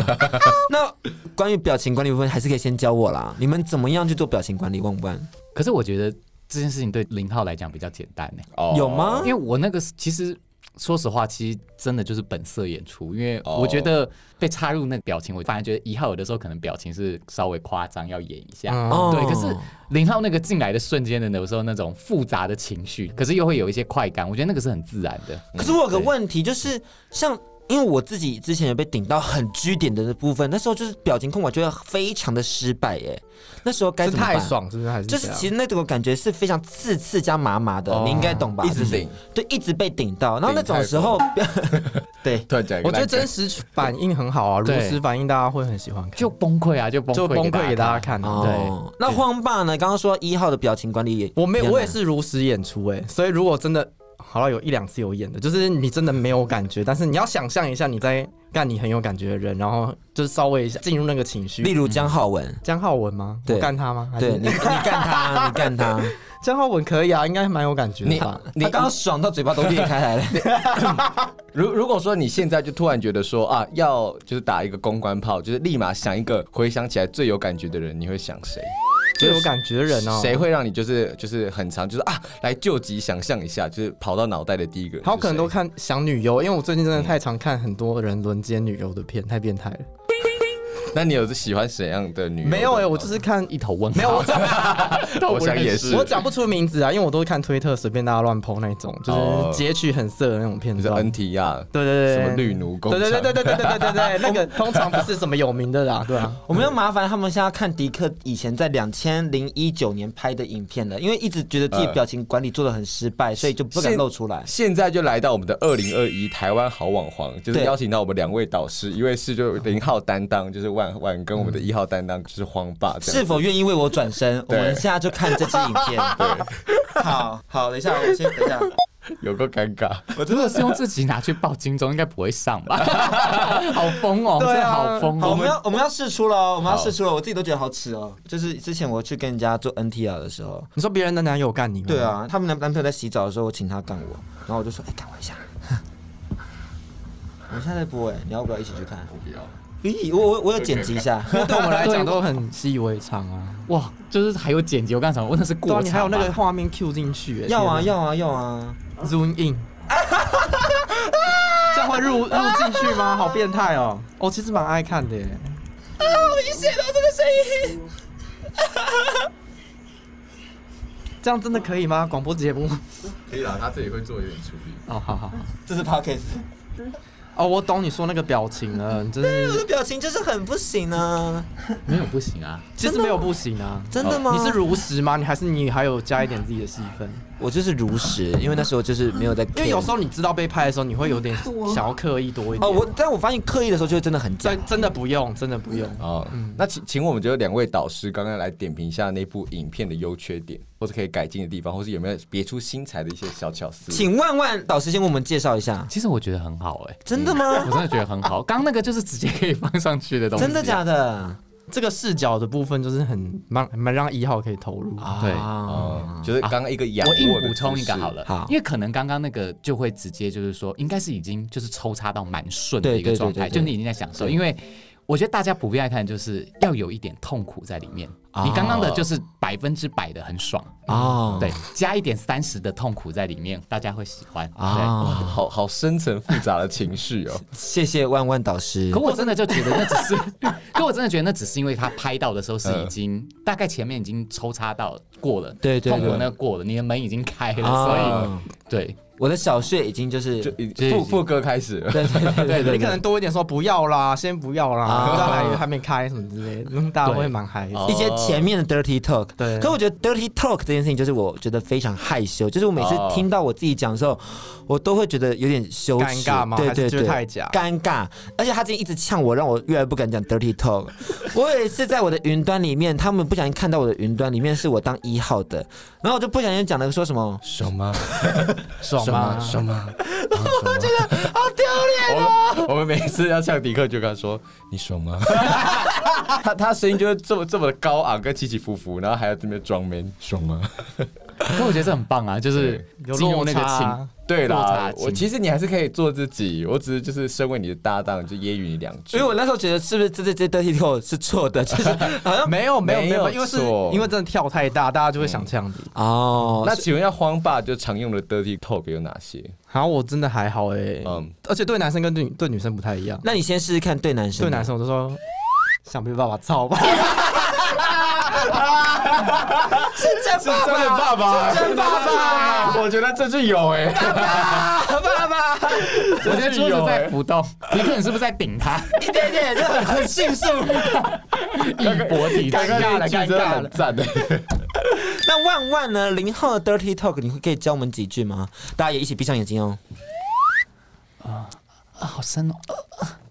Speaker 2: 那关于表情管理部分，还是可以先教我啦。你们怎么样去做表情管理？问不问？
Speaker 4: 可是我觉得这件事情对零号来讲比较简单呢、
Speaker 3: 哦
Speaker 2: 有吗
Speaker 4: 因为我那个是其实说实话，其实真的就是本色演出，因为
Speaker 3: 哦
Speaker 4: 我觉得被插入那个表情，我反而觉得一号有的时候可能表情是稍微夸张，要演一下。
Speaker 5: 嗯
Speaker 2: 哦
Speaker 4: 对，可是零号那个进来的瞬间的，有时候那种复杂的情绪，可是又会有一些快感，我觉得那个是很自然的。
Speaker 2: 可是我有个问题，就是像。因为我自己之前也被顶到很居点的部分，那时候就是表情控管觉得非常的失败耶。那时候该
Speaker 5: 是
Speaker 2: 怎么办？
Speaker 5: 太爽，是不是？还是
Speaker 2: 就是
Speaker 5: 怎样
Speaker 2: 其实那种感觉是非常刺刺加麻麻的，
Speaker 3: 哦
Speaker 2: 你应该懂吧？
Speaker 3: 一直
Speaker 2: 就是
Speaker 3: 顶，
Speaker 2: 对，一直被顶到。然后那种时候， [laughs] 对，
Speaker 3: 突然讲一个
Speaker 5: 我觉
Speaker 3: 烂梗
Speaker 5: 得真实反应很好啊，如
Speaker 4: 对
Speaker 5: 实反应大家会很喜欢看，
Speaker 4: 就崩溃啊，就崩
Speaker 5: 就
Speaker 4: 溃，
Speaker 5: 崩溃给大家
Speaker 4: 看。
Speaker 5: 看啊。
Speaker 2: 哦，那荒爸呢？刚刚说一号的表情管理也，
Speaker 5: 我没有，我也
Speaker 2: 是。
Speaker 5: 是如实演出哎、所以如果真的好了，有一两次有演的，就是你真的没有感觉，但是你要想象一下你在干你很有感觉的人，然后就是稍微进入那个情
Speaker 2: 例
Speaker 5: 绪。
Speaker 2: 如江浩文，
Speaker 5: 江浩文吗？
Speaker 2: 对
Speaker 5: 我干他吗？还是
Speaker 2: 对你，你干他，你干他，
Speaker 5: 江浩文可以啊，应该蛮有感觉的
Speaker 3: 你
Speaker 5: 吧？
Speaker 2: [laughs] 他刚刚爽到嘴巴都裂开来了。
Speaker 3: 如如果说你现在就突然觉得说啊，要就是打一个公关炮，就是立马想一个回想起来最有感觉的人，你会想谁？
Speaker 5: 最有感觉的人哦，
Speaker 3: 谁？会让你就是就是很长，就是啊，来救急，想象一下，就是跑到脑袋的第一个人是谁。
Speaker 5: 好，可能都看想女优，因为我最近真的太常看很多人轮奸女优的片，太变态了。
Speaker 3: 那你有喜欢怎样的女？
Speaker 5: 没有哎、我就是看
Speaker 4: 一头问号，
Speaker 5: 没有我讲
Speaker 4: 都不
Speaker 3: 我想
Speaker 4: 认
Speaker 3: 也
Speaker 4: 识
Speaker 3: 是
Speaker 5: 我讲不出名字啊，因为我都是看推特随便大家乱 PO 那种，就是截取很色的那种片
Speaker 3: 你是
Speaker 5: 段。
Speaker 3: N T R
Speaker 5: 对对对，
Speaker 3: 什么绿奴工
Speaker 5: 对
Speaker 3: 厂？
Speaker 5: 对对对对对对对对，那个通常不是什么有名的啦，对啊。
Speaker 2: 我们要麻烦他们现在看迪克以前在两千零一九年拍的影片了，因为一直觉得自己表情管理做的很失败，所以就不敢
Speaker 3: 是
Speaker 2: 露出来。
Speaker 3: 现在就来到我们的二零二一台湾好网黄，就是
Speaker 2: 对
Speaker 3: 邀请到我们两位导师，一位是就零号担当，就是万万跟我们的一号担当就是荒爸这样。
Speaker 2: 是否愿意为我转身？我
Speaker 3: 对
Speaker 2: 们现在就看这支影片。好好，等一下，我先等一下。
Speaker 3: 有够尴尬？
Speaker 4: 我如果 [laughs] 是用自己拿去报金钟，应该不会上吧？好疯哦，
Speaker 5: [laughs] 对啊
Speaker 4: 真的好疯
Speaker 2: 好，我们
Speaker 4: 哦！
Speaker 2: 要我们要试出了哦，我们要
Speaker 3: 好
Speaker 2: 试出了，我自己都觉得好耻哦。就是之前我去跟人家做 NTR 的时候，
Speaker 5: 你说别人的男友干你吗？
Speaker 2: 对，啊，他们男男朋友在洗澡的时候，我请他干我，然后我就说，哎、干我一下。 [laughs] 我现在在播哎、你要不要一起去看？
Speaker 3: 不要。
Speaker 2: 咦，我我我有剪辑一下，
Speaker 5: 对我们来讲都很习以为常啊。
Speaker 4: 哇，就是还有剪辑，我刚才想问的是
Speaker 5: 对啊，
Speaker 4: 过
Speaker 5: 你
Speaker 4: 场
Speaker 5: 还有那个
Speaker 4: 吧
Speaker 5: 画面 Q 进去、
Speaker 2: [laughs]
Speaker 5: 欸，
Speaker 2: 要啊
Speaker 5: 天
Speaker 2: 要啊要啊！
Speaker 5: 哪 zoom in，这样会入入进去吗？好变态哦！我、其实蛮爱看的耶，这样真的可以吗？广播节目？
Speaker 3: 可以啦，他这里会做一点处理。
Speaker 5: 哦，好好好。
Speaker 2: [laughs] 这是 Pockets，
Speaker 5: 哦，我懂你说那个表情了，你真
Speaker 2: 我
Speaker 5: 是
Speaker 2: 的表情就是很不行啊，
Speaker 4: 没有不行啊，
Speaker 5: 其实没有不行啊。
Speaker 2: 真的吗？
Speaker 5: 你是如实吗？你还是你还有加一点自己的戏份？
Speaker 2: 我就是如实，因为那时候就是没有在 care，
Speaker 5: 因为有时候你知道被拍的时候，你会有点想要刻意多一点。
Speaker 2: 哦，我但我发现刻意的时候就会真的很假。
Speaker 5: 真真的不用，真的不用。
Speaker 3: 哦，那请请我们就两位导师刚刚来点评一下那部影片的优缺点，或是可以改进的地方，或是有没有别出心裁的一些小巧思。
Speaker 2: 请万万导师先为我们介绍一下，
Speaker 4: 其实我觉得很好哎、
Speaker 2: 真的吗
Speaker 4: 我？真的觉得很好。刚刚那个就是直接可以放上去的东西，啊
Speaker 2: 真的假的？
Speaker 5: 这个视角的部分就是很蛮蛮让一号可以投入。
Speaker 4: 的？对。
Speaker 2: 啊，
Speaker 3: 哦，就是刚刚一个仰
Speaker 4: 嗯我硬
Speaker 3: 卧的
Speaker 4: 补充一
Speaker 3: 姿势
Speaker 4: 个好了，
Speaker 2: 好
Speaker 4: 因为可能刚刚那个就会直接就是说，应该是已经就是抽插到蛮顺的
Speaker 2: 对
Speaker 4: 一个
Speaker 2: 对
Speaker 4: 状
Speaker 2: 对
Speaker 4: 态，
Speaker 2: 对
Speaker 4: 就你已经在享受，因为。我觉得大家普遍爱看，就是要有一点痛苦在里面。
Speaker 2: 啊
Speaker 4: 你刚刚的就是百分之百的很爽，
Speaker 2: 哦，
Speaker 4: 对，加一点三十的痛苦在里面，大家会喜欢。对，
Speaker 3: 哇
Speaker 2: 啊，
Speaker 3: 好好深层复杂的情绪
Speaker 4: [laughs]
Speaker 3: 哦。
Speaker 2: 谢谢万万导师
Speaker 4: 可。我真的就觉得那只是，可我真的觉得那只是因为他拍到的时候是已经大概前面已经抽插到过了，
Speaker 2: 嗯对对
Speaker 4: 痛苦
Speaker 2: 对
Speaker 4: 那个过了，你的门已经开了，所
Speaker 2: 啊，
Speaker 4: 以对
Speaker 2: 我的小穴已经就是
Speaker 3: 就已
Speaker 4: 这已
Speaker 3: 副
Speaker 4: 经
Speaker 3: 副歌开始了，
Speaker 2: 对对对对
Speaker 5: 你
Speaker 2: 对
Speaker 5: 可
Speaker 2: 对，
Speaker 5: 能多一点说不要啦，先不要啦，
Speaker 2: 啊
Speaker 5: 不要来还没开什么之类的，嗯大家会蛮嗨的。
Speaker 2: 一些前面的 dirty talk。
Speaker 5: 对
Speaker 2: 可我觉得 dirty talk 这件事情，就是我觉得非常害羞，就是我每次
Speaker 3: 哦
Speaker 2: 听到我自己讲的时候，我都会觉得有点羞耻，
Speaker 5: 尴尬吗
Speaker 2: 对
Speaker 5: 还是
Speaker 2: 对
Speaker 5: 觉得
Speaker 2: 对，
Speaker 5: 太假
Speaker 2: 尴尬。而且他今天一直呛我，让我越来越不敢讲 dirty talk。我有一次在我的云端里面，他们不小心看到我的云端里面是我当一号的，然后我就不小心讲了个说什么。
Speaker 3: 什么
Speaker 5: 爽
Speaker 3: 什么
Speaker 5: 啊吗？
Speaker 3: 什么， [laughs] 我觉得好丢脸哦。我们每次要唱迪克，就跟他说你爽吗？ [laughs] 他他声音就是这么这么的高昂跟起起伏伏，然后还要这边装 man 爽吗？
Speaker 4: 可我觉得这很棒啊，就是
Speaker 5: 对有
Speaker 4: 进入
Speaker 5: 落
Speaker 4: 那个
Speaker 5: 差啊
Speaker 4: 情，
Speaker 3: 对
Speaker 4: 落
Speaker 3: 啦
Speaker 4: 差，
Speaker 3: 我
Speaker 4: 情
Speaker 3: 其实你还是可以做自己，我只是就是身为你的搭档，就揶揄你两句
Speaker 2: 因为。我那时候觉得是不是这这这 dirty t o 是错的，就是好像
Speaker 5: 没有没有
Speaker 3: 没
Speaker 5: 没
Speaker 3: 有
Speaker 5: 有，因为是
Speaker 3: 错
Speaker 5: 因为真的跳太大，大家就会想这样子。
Speaker 2: 哦，
Speaker 3: 那请问一下，荒爸就常用的 dirty talk 有哪些？
Speaker 5: 然后我真的还好哎、
Speaker 3: 嗯
Speaker 5: 而且对男生跟对女对女生不太一样。
Speaker 2: 那你先试试看对男生，
Speaker 5: 对男生我就说 [laughs] 想被爸爸操吧，
Speaker 2: 是真爸爸，
Speaker 3: 爸爸，
Speaker 2: 真爸爸，
Speaker 3: [laughs] 我觉得这句有哎，
Speaker 2: 爸爸，
Speaker 4: 我觉得哎桌子在
Speaker 3: 欸
Speaker 4: 浮动，你可能是不是在顶 [laughs] 他？
Speaker 2: 一点点，就很很迅速。
Speaker 4: 一搏抵
Speaker 3: 刚刚
Speaker 4: 尬
Speaker 3: 那
Speaker 4: 了，
Speaker 3: 句
Speaker 4: 尴
Speaker 3: 真的
Speaker 4: 尬
Speaker 3: 很
Speaker 4: 了。
Speaker 3: 赞哎。
Speaker 2: [laughs]
Speaker 3: [laughs]
Speaker 2: 那万万呢？零号的 dirty talk，你会可以教我们几句吗？大家也一起闭上眼睛哦。
Speaker 4: 啊，好深哦！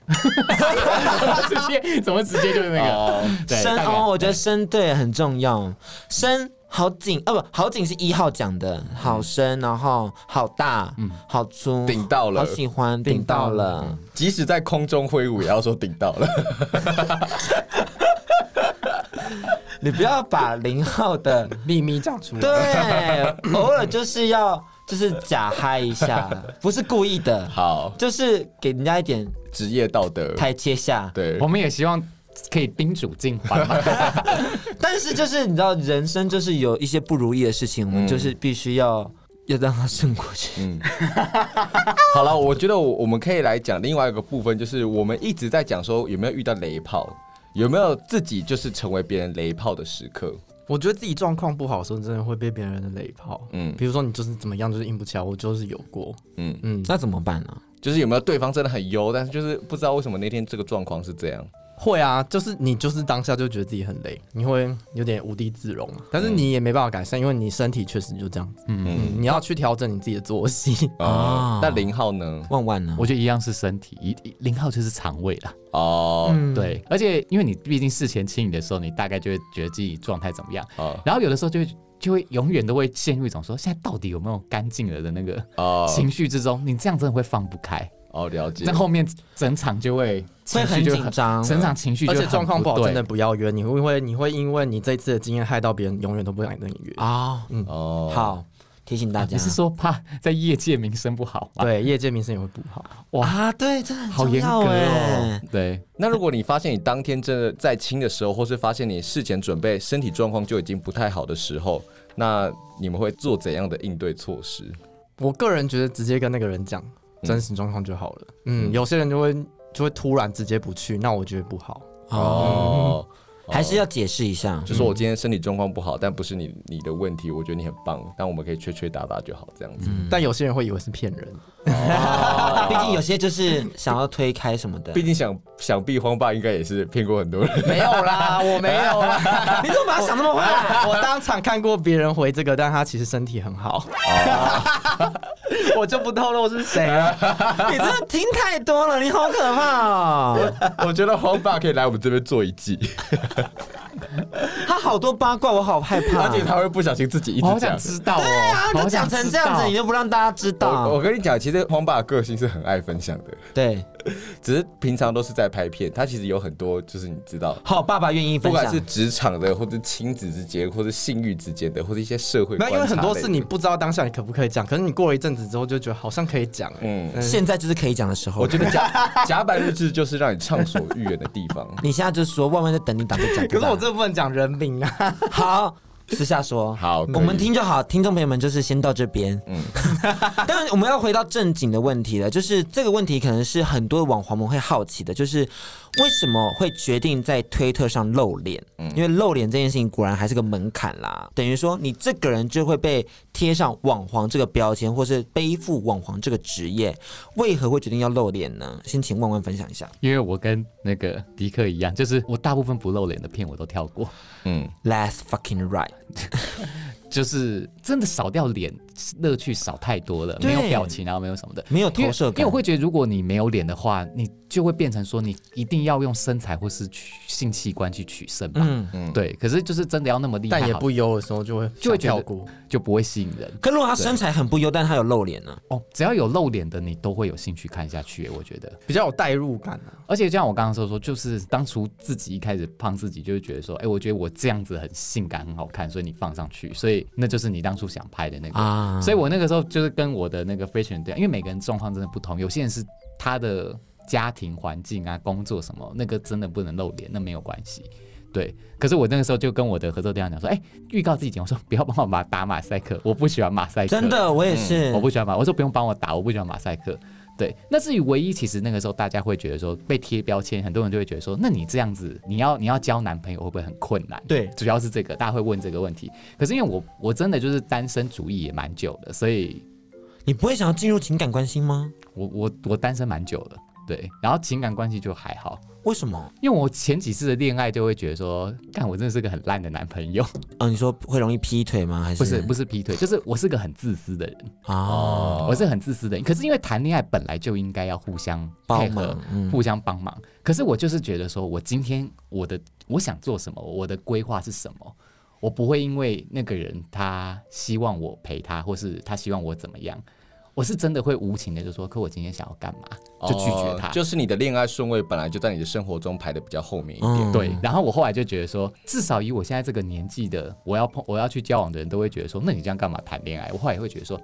Speaker 4: [laughs] 直接怎么直接就是那个对
Speaker 2: 深
Speaker 4: 大概
Speaker 2: 哦，我觉得深对很重要。深好紧，呃、不，好紧是一号讲的，好深，然后好大，嗯，好粗，
Speaker 3: 顶到了
Speaker 2: 好喜欢，顶到了。
Speaker 3: 即使在空中挥舞，也要说顶到了。 [laughs]
Speaker 2: 你不要把零号的，
Speaker 5: 秘密讲
Speaker 2: 啊
Speaker 5: 出来。
Speaker 2: 对，偶尔就是要就是假嗨一下，不是故意的，
Speaker 3: 好，
Speaker 2: 就是给人家一点
Speaker 3: 职业道德，
Speaker 2: 台阶下。
Speaker 3: 对
Speaker 4: 我，们也希望可以宾主尽欢嘛。
Speaker 2: 但是就是你知道，人生就是有一些不如意的事情，我
Speaker 4: 嗯
Speaker 2: 们就是必须要要让它胜过去。
Speaker 3: 好了，我觉得我我们可以来讲另外一个部分，就是我们一直在讲说有没有遇到雷炮，有没有自己就是成为别人雷炮的时刻。
Speaker 5: 我觉得自己状况不好的时候，真的会被别人的雷炮。
Speaker 3: 嗯
Speaker 5: 嗯，比如说你就是怎么样，就是硬不起来，我就是有过。
Speaker 3: 嗯
Speaker 5: 嗯嗯，
Speaker 2: 那怎么办呢？
Speaker 3: 就是有没有对方真的很优，但是就是不知道为什么那天这个状况是这样。
Speaker 5: 会啊，就是你就是当下就觉得自己很累，你会有点无地自容嘛，但是你也没办法改善，因为你身体确实就这样子。嗯，你要去调整你自己的作 [laughs] 息。
Speaker 3: 哦
Speaker 2: 哦，
Speaker 3: 那零号呢？
Speaker 2: 万万呢？
Speaker 4: 我觉得一样是身体，一一零号就是肠胃啦。
Speaker 3: 哦，
Speaker 5: 嗯
Speaker 4: 对，而且因为你毕竟事前清理的时候，你大概就会觉得自己状态怎么样，
Speaker 3: 哦
Speaker 4: 然后有的时候就会就会永远都会陷入一种说现在到底有没有干净了的那个
Speaker 3: 哦
Speaker 4: 情绪之中，你这样真的会放不开，
Speaker 3: 哦，了解
Speaker 4: 在。后面整场就会
Speaker 2: 会
Speaker 4: 情
Speaker 2: 很
Speaker 4: 绪就
Speaker 2: 紧张，
Speaker 4: 整场情绪就
Speaker 5: 而
Speaker 4: 会
Speaker 5: 且
Speaker 4: 很
Speaker 5: 状况不好，
Speaker 4: 对
Speaker 5: 真的不要约，你会会你会因为你这次的经验害到别人，永远都不想跟你约。
Speaker 2: 啊、
Speaker 3: 哦，
Speaker 2: 好，提醒大家
Speaker 4: 啊你是说怕在业界名声不好吗？
Speaker 5: 对，业界名声也会不好。
Speaker 2: 啊？对，这很
Speaker 4: 好
Speaker 2: 重
Speaker 4: 严
Speaker 2: 要
Speaker 4: 格
Speaker 2: 哎
Speaker 4: 哦。对，
Speaker 3: 那如果你发现你当天真的在清的时候，或是发现你事前准备身体状况就已经不太好的时候，那你们会做怎样的应对措施？
Speaker 5: 我个人觉得直接跟那个人讲真实状况就好了。嗯，有些人就会就会突然直接不去，那我觉得不好。
Speaker 3: 哦，
Speaker 2: 还是要解释一下，
Speaker 3: 就说我今天身体状况不好，但不是你你的问题，我觉得你很棒，但我们可以吹吹打打就好，这样子。
Speaker 5: 但有些人会以为是骗人。
Speaker 4: 哦
Speaker 2: 毕竟有些就是想要推开什么的。
Speaker 3: 毕竟想想必荒爸应该也是骗过很多人。
Speaker 5: [laughs] 没有啦，我没有啦。 [laughs]
Speaker 2: 你怎么把它想那么坏啊？
Speaker 5: 我当场看过别人回这个，但他其实身体很好。哦 [laughs] 我就不透露是谁了。
Speaker 2: 你哎真的听太多了，你好可怕
Speaker 4: [laughs]
Speaker 2: 哦！
Speaker 3: 我觉得荒爸可以来我们这边做一季，
Speaker 2: 他好多八卦，我好害怕。
Speaker 3: 而且他会不小心自己一
Speaker 4: 我好
Speaker 3: 直
Speaker 4: 想
Speaker 3: 讲。
Speaker 4: 知道哦，
Speaker 2: 啊，
Speaker 4: 好
Speaker 2: 就
Speaker 4: 想
Speaker 2: 讲成
Speaker 4: 知
Speaker 2: 这样子，
Speaker 4: 道
Speaker 2: 你就不让大家知
Speaker 3: 我
Speaker 2: 道
Speaker 3: 我？跟你讲，其实荒爸的个性是很爱分享的，
Speaker 2: 对，
Speaker 3: 只是平常都是在拍片，他其实有很多就是你知道，
Speaker 2: 好，爸爸愿意
Speaker 3: 不
Speaker 2: 分
Speaker 3: 管
Speaker 2: 享
Speaker 3: 是。职场的，或者亲子之间，或者性欲之间的，或者一些社会
Speaker 5: 没
Speaker 3: 观
Speaker 5: 有，
Speaker 3: 察
Speaker 5: 因
Speaker 3: 类的，
Speaker 5: 为很多事你不知道当下你可不可以讲，可是你过了一阵子之后就觉得好像可以讲、欸。
Speaker 3: 嗯，
Speaker 2: 现在就是可以讲的时候。
Speaker 3: 我觉得 [laughs] 甲甲板日志就是让你畅所欲言的地方。
Speaker 2: 你现在就说，万万在等你打就讲。
Speaker 3: 啊
Speaker 5: 可是我这不能讲人名啊。
Speaker 2: 好，私下说。
Speaker 3: 好可以
Speaker 2: 我们听就好。听众朋友们，就是先到这边。 [laughs] 嗯，但我们要回到正经的问题了，就是这个问题可能是很多网红们会好奇的，就是为什么会决定在推特上露脸？因为露脸这件事情果然还是个门槛啦，等于说你这个人就会被贴上网黄这个标签，或是背负网黄这个职业。为何会决定要露脸呢？先请万万分享一下。
Speaker 4: 因为我跟那个迪克一样，就是我大部分不露脸的片我都跳过，
Speaker 3: 嗯，
Speaker 2: Let's fucking right。
Speaker 4: 就是真的少掉脸乐趣少太多了，
Speaker 2: 对
Speaker 4: 没有表情啊，没有什么的。
Speaker 2: 没有
Speaker 4: 因
Speaker 2: 投
Speaker 4: 为
Speaker 2: 射感，
Speaker 4: 因为我会觉得，如果你没有脸的话，你就会变成说，你一定要用身材或是取性器官去取胜嘛。
Speaker 2: 嗯
Speaker 4: 对，可是就是真的要那么厉害，
Speaker 5: 但也
Speaker 4: 好
Speaker 5: 不优的时 [laughs] 候就会
Speaker 4: 就会觉
Speaker 5: 想跳
Speaker 4: 得
Speaker 5: 过。
Speaker 4: 就不会吸引人
Speaker 2: 可如果他身材很不优，但他有露脸啊呢、
Speaker 4: 哦。只要有露脸的，你都会有兴趣看下去，我觉得。
Speaker 5: 比较有代入感啊。
Speaker 4: 而且就像我刚刚说说，就是当初自己一开始胖自己，就会觉得说，哎、我觉得我这样子很性感、很好看，所以你放上去，所以那就是你当初想拍的那个。
Speaker 2: 啊哇
Speaker 4: 所以我那个时候就是跟我的那个飞犬对，因为每个人状况真的不同，有些人是他的家庭环境啊、工作什么，那个真的不能露脸，那没有关系。对，可是我那个时候就跟我的合作对象讲说，哎、预告自己节目，我说不要帮我马打马赛克，我不喜欢马赛克，
Speaker 2: 真的，我也是，
Speaker 4: 嗯我不喜欢马，我说不用帮我打，我不喜欢马赛克。对，那至于唯一，其实那个时候大家会觉得说被贴标签，很多人就会觉得说，那你这样子，你要你要交男朋友会不会很困难？
Speaker 5: 对
Speaker 4: 主要是这个，大家会问这个问题。可是因为我我真的就是单身主义也蛮久的，所以
Speaker 2: 你不会想要进入情感关系吗？
Speaker 4: 我我我单身蛮久的，对，然后情感关系就还好。
Speaker 2: 为什么？
Speaker 4: 因为我前几次的恋爱就会觉得说，干我真的是个很烂的男朋友，
Speaker 2: 哦，你说会容易劈腿吗？还是
Speaker 4: 不是不是劈腿，就是我是个很自私的人，
Speaker 2: 哦，
Speaker 4: 我是很自私的人。可是因为谈恋爱本来就应该要互相配
Speaker 2: 帮
Speaker 4: 合
Speaker 2: 忙、嗯
Speaker 4: 互相帮忙。可是我就是觉得说，我今天我的我想做什么，我的规划是什么，我不会因为那个人他希望我陪他，或是他希望我怎么样，我是真的会无情的就说，可我今天想要干嘛，就拒绝他。
Speaker 3: 哦就是你的恋爱顺位本来就在你的生活中排的比较后面一点。
Speaker 2: 嗯
Speaker 4: 对，然后我后来就觉得说，至少以我现在这个年纪的，我要碰我要去交往的人都会觉得说，那你这样干嘛谈恋爱？我后来也会觉得说，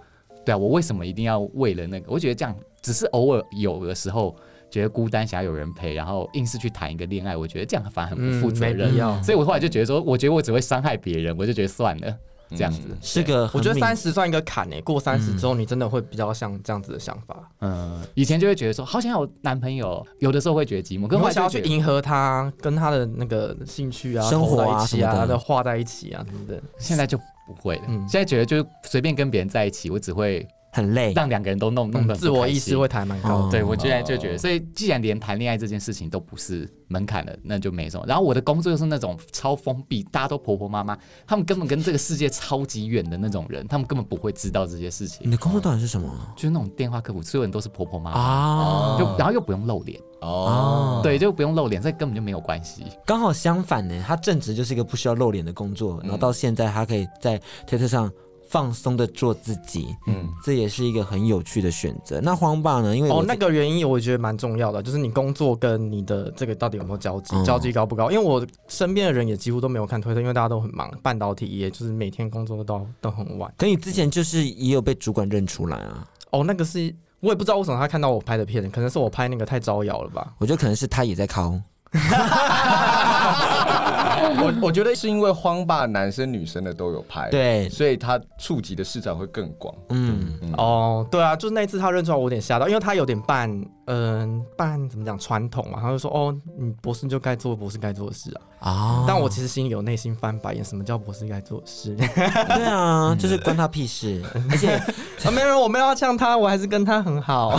Speaker 4: 对啊，我为什么一定要为了那个？我觉得这样只是偶尔有的时候觉得孤单，想要有人陪，然后硬是去谈一个恋爱，我觉得这样反而很不负责
Speaker 5: 嗯没
Speaker 4: 任
Speaker 5: 必。要
Speaker 4: 所以我后来就觉得说，我觉得我只会伤害别人，我就觉得算了，
Speaker 5: 嗯
Speaker 4: 这样子。
Speaker 2: 是个很
Speaker 5: 我觉得
Speaker 2: 敏
Speaker 5: 三十算一个坎诶、过三十之后，你真的会比较像这样子的想法，
Speaker 4: 嗯，以前就会觉得说，好想有男朋友，有的时候会觉得寂寞，
Speaker 5: 你
Speaker 4: 跟后来
Speaker 5: 会
Speaker 4: 就
Speaker 5: 想要
Speaker 4: 觉
Speaker 5: 去
Speaker 4: 得
Speaker 5: 迎合他，跟他的那个兴趣啊、
Speaker 2: 生活啊
Speaker 5: 投在一起
Speaker 2: 什么
Speaker 5: 啊、
Speaker 2: 的
Speaker 5: 的画在一起
Speaker 4: 嗯
Speaker 5: 啊什么的。
Speaker 4: 现在就不会了。
Speaker 5: 嗯
Speaker 4: 现在觉得就是随便跟别人在一起，我只会
Speaker 2: 很累，
Speaker 4: 让两个人都弄弄得很
Speaker 5: 嗯自我
Speaker 4: 不开
Speaker 5: 意
Speaker 4: 心哦
Speaker 5: 识会哦抬蛮高的。
Speaker 4: 对，我现在就觉得，所以既然连谈恋爱这件事情都不是门槛了，那就没什么。然后我的工作又是那种超封闭，大家都婆婆妈妈，他们根本跟这个世界超级远的那种人，他们根本不会知道这些事情
Speaker 2: 你，的工作到底是什么
Speaker 4: 就是那种电话客服，所有人都是婆婆妈妈，
Speaker 2: 啊？
Speaker 4: 就然后又不用露脸，
Speaker 3: 哦，
Speaker 4: 对，就不用露脸，这根本就没有关系。
Speaker 2: 刚好相反呢，他正职就是一个不需要露脸的工作，
Speaker 5: 嗯
Speaker 2: 然后到现在他可以在推特上放松的做自己，嗯，这也是一个很有趣的选择。那荒爸呢？因为我
Speaker 5: 哦，
Speaker 2: 自
Speaker 5: 那个原因我觉得蛮重要的，就是你工作跟你的这个到底有没有交集，
Speaker 4: 哦
Speaker 2: 嗯
Speaker 5: 交集高不高？因为我身边的人也几乎都没有看推特，因为大家都很忙，半导体业就是每天工作都都很晚。
Speaker 2: 可你之前就是也有被主管认出来啊，
Speaker 5: 哦，那个是我也不知道为什么他看到我拍的片，可能是我拍那个太招摇了吧。
Speaker 2: 我觉得可能是他也在考，
Speaker 3: 我我觉得是因为荒霸男生女生的都有拍，，
Speaker 2: 对，
Speaker 3: 所以他触及的市场会更广。
Speaker 2: 嗯，
Speaker 5: 哦，对啊，就是那一次他认出来我有点吓到，因为他有点半，嗯、半怎么讲传统嘛，他就说哦，你博士就该做博士该做的事啊。
Speaker 2: 啊，
Speaker 5: 但我其实心里有内心翻白眼，什么叫博士该做的
Speaker 2: [laughs]
Speaker 5: 事？[laughs]
Speaker 2: 对啊，
Speaker 5: 嗯
Speaker 2: 就是关他屁事。而且，
Speaker 5: 啊，没有没有，我没有要呛他，我还是跟他很 [laughs] 好。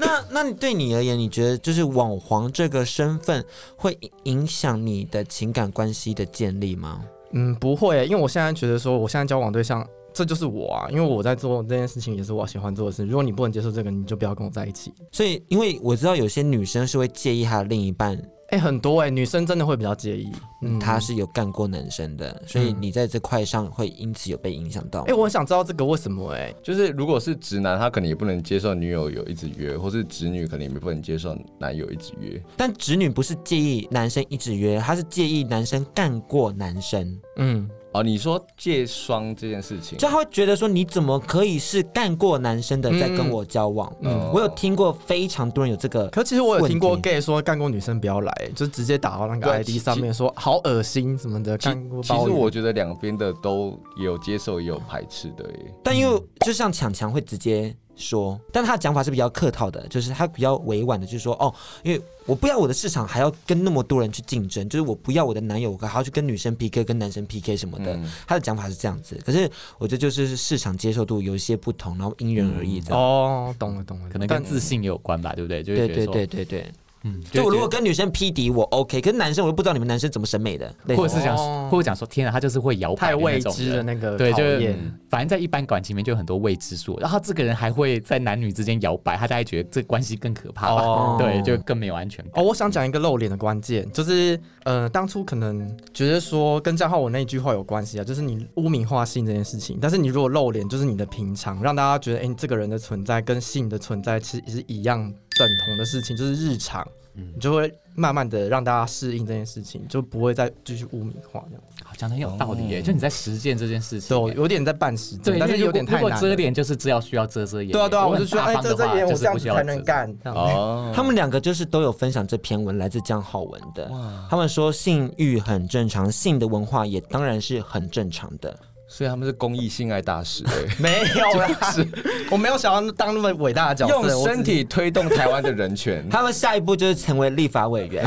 Speaker 2: 那那你对你而言，你觉得就是网黄这个身份会影影响你的情感关系的建立吗？
Speaker 5: 嗯，不会，因为我现在觉得说，我现在交往对象这就是我啊，因为我在做这件事情也是我喜欢做的事。如果你不能接受这个，你就不要跟我在一起。
Speaker 2: 所以，因为我知道有些女生是会介意她的另一半，
Speaker 5: 哎、很多哎、女生真的会比较介意。嗯，
Speaker 2: 她是有干过男生的，所以你在这块上会因此有被影响到
Speaker 5: 哎、。我很想知道这个为什么哎、
Speaker 3: 就是如果是直男，他可能也不能接受女友有一直约，或是直女可能也不能接受男友一直约。
Speaker 2: 但直女不是介意男生一直约，她是介意男生干过男生，
Speaker 5: 嗯，
Speaker 3: 哦，你说借双这件事情，
Speaker 2: 就她会觉得说你怎么可以是干过男生的在跟我交往？
Speaker 3: 嗯
Speaker 2: 我有听过非常多人有这
Speaker 4: 嗯
Speaker 2: 个，
Speaker 5: 可其实我有听过
Speaker 2: 问题
Speaker 5: gay 说干过女生不要来，就直接打到那个
Speaker 3: 对
Speaker 5: ID
Speaker 3: 其
Speaker 5: 上面说好恶心什么的。
Speaker 3: 其
Speaker 5: 干过
Speaker 3: 其
Speaker 5: 包
Speaker 3: 实
Speaker 5: 邮
Speaker 3: 我觉得两边的都有接受，也有排斥的耶。
Speaker 2: 但因为就像强强会直接说，但他的讲法是比较客套的，就是他比较委婉的，就是说哦，因为我不要我的市场还要跟那么多人去竞争，就是我不要我的男友我还要去跟女生 PK、跟男生 PK 什么的。
Speaker 3: 嗯
Speaker 2: 他的讲法是这样子，可是我觉得就是市场接受度有一些不同，然后因人而异这
Speaker 4: 嗯
Speaker 2: 样。
Speaker 5: 哦，懂了懂了，
Speaker 4: 可能
Speaker 5: 但
Speaker 4: 跟自信也有关吧，对不对？就
Speaker 2: 对
Speaker 4: 会觉得
Speaker 2: 对
Speaker 4: 说，
Speaker 2: 对对对，
Speaker 4: 嗯，就
Speaker 2: 就
Speaker 4: 会
Speaker 2: 我如
Speaker 4: 觉得
Speaker 2: 果跟女生匹敌，我 OK，可是男生我又不知道你们男生怎么审美的，类似
Speaker 4: 或者是讲，
Speaker 5: 哦
Speaker 4: 或者讲说，天啊，他就是会摇摆
Speaker 5: 太
Speaker 4: 的
Speaker 5: 未
Speaker 4: 那种
Speaker 5: 知的
Speaker 4: 人。
Speaker 5: 那个
Speaker 4: 对，
Speaker 5: 讨
Speaker 4: 就是
Speaker 5: 厌。
Speaker 4: 反正在一般感情里面就有很多未知数，然后这个人还会在男女之间摇摆，他大概觉得这关系更可怕吧？[laughs]
Speaker 5: 哦
Speaker 4: 对，就更没有安全感。
Speaker 5: 哦，我想讲一个露脸的关键，就是呃，当初可能觉得说跟张浩我那一句话有关系啊，就是你污名化性这件事情。但是你如果露脸，就是你的平常，让大家觉得，哎、你这个人的存在跟性的存在其实是一样等同的事情，就是日常，你就会慢慢的让大家适应这件事情，就不会再继续污名化这样子。
Speaker 4: 好讲的很有道理耶，就你在实践这件事情
Speaker 5: 对，我
Speaker 4: 耶。
Speaker 5: 有点在办实践，
Speaker 4: 对，
Speaker 5: 但
Speaker 4: 因
Speaker 5: 是
Speaker 4: 为
Speaker 5: 有
Speaker 4: 如果
Speaker 5: 点太
Speaker 4: 如
Speaker 5: 难
Speaker 4: 果
Speaker 5: 了。
Speaker 4: 遮脸就是只要需要遮遮掩。
Speaker 5: 对啊对啊，
Speaker 4: 如
Speaker 5: 我
Speaker 4: 果
Speaker 5: 就
Speaker 4: 很
Speaker 5: 觉得
Speaker 4: 大
Speaker 5: 哎，
Speaker 4: 方
Speaker 5: 这
Speaker 4: 的
Speaker 5: 这
Speaker 4: 话
Speaker 5: 也我
Speaker 4: 就
Speaker 5: 这
Speaker 4: 是
Speaker 5: 样
Speaker 4: 不
Speaker 5: 子
Speaker 4: 需要
Speaker 5: 才
Speaker 4: 遮
Speaker 5: 能干。这
Speaker 3: [laughs]
Speaker 5: 样
Speaker 3: 哦，
Speaker 2: 他们两个就是都有分享这篇文，来自江浩文的。他们说性欲很正常，性的文化也当然是很正常的。
Speaker 3: 所以他们是公益性爱大使、欸，
Speaker 5: 没有啦， [laughs] 我没有想要当那么伟大的角色，
Speaker 3: 用
Speaker 5: 我只
Speaker 3: 身体推动台湾的人权
Speaker 2: [laughs] 。他们下一步就是成为立法委员，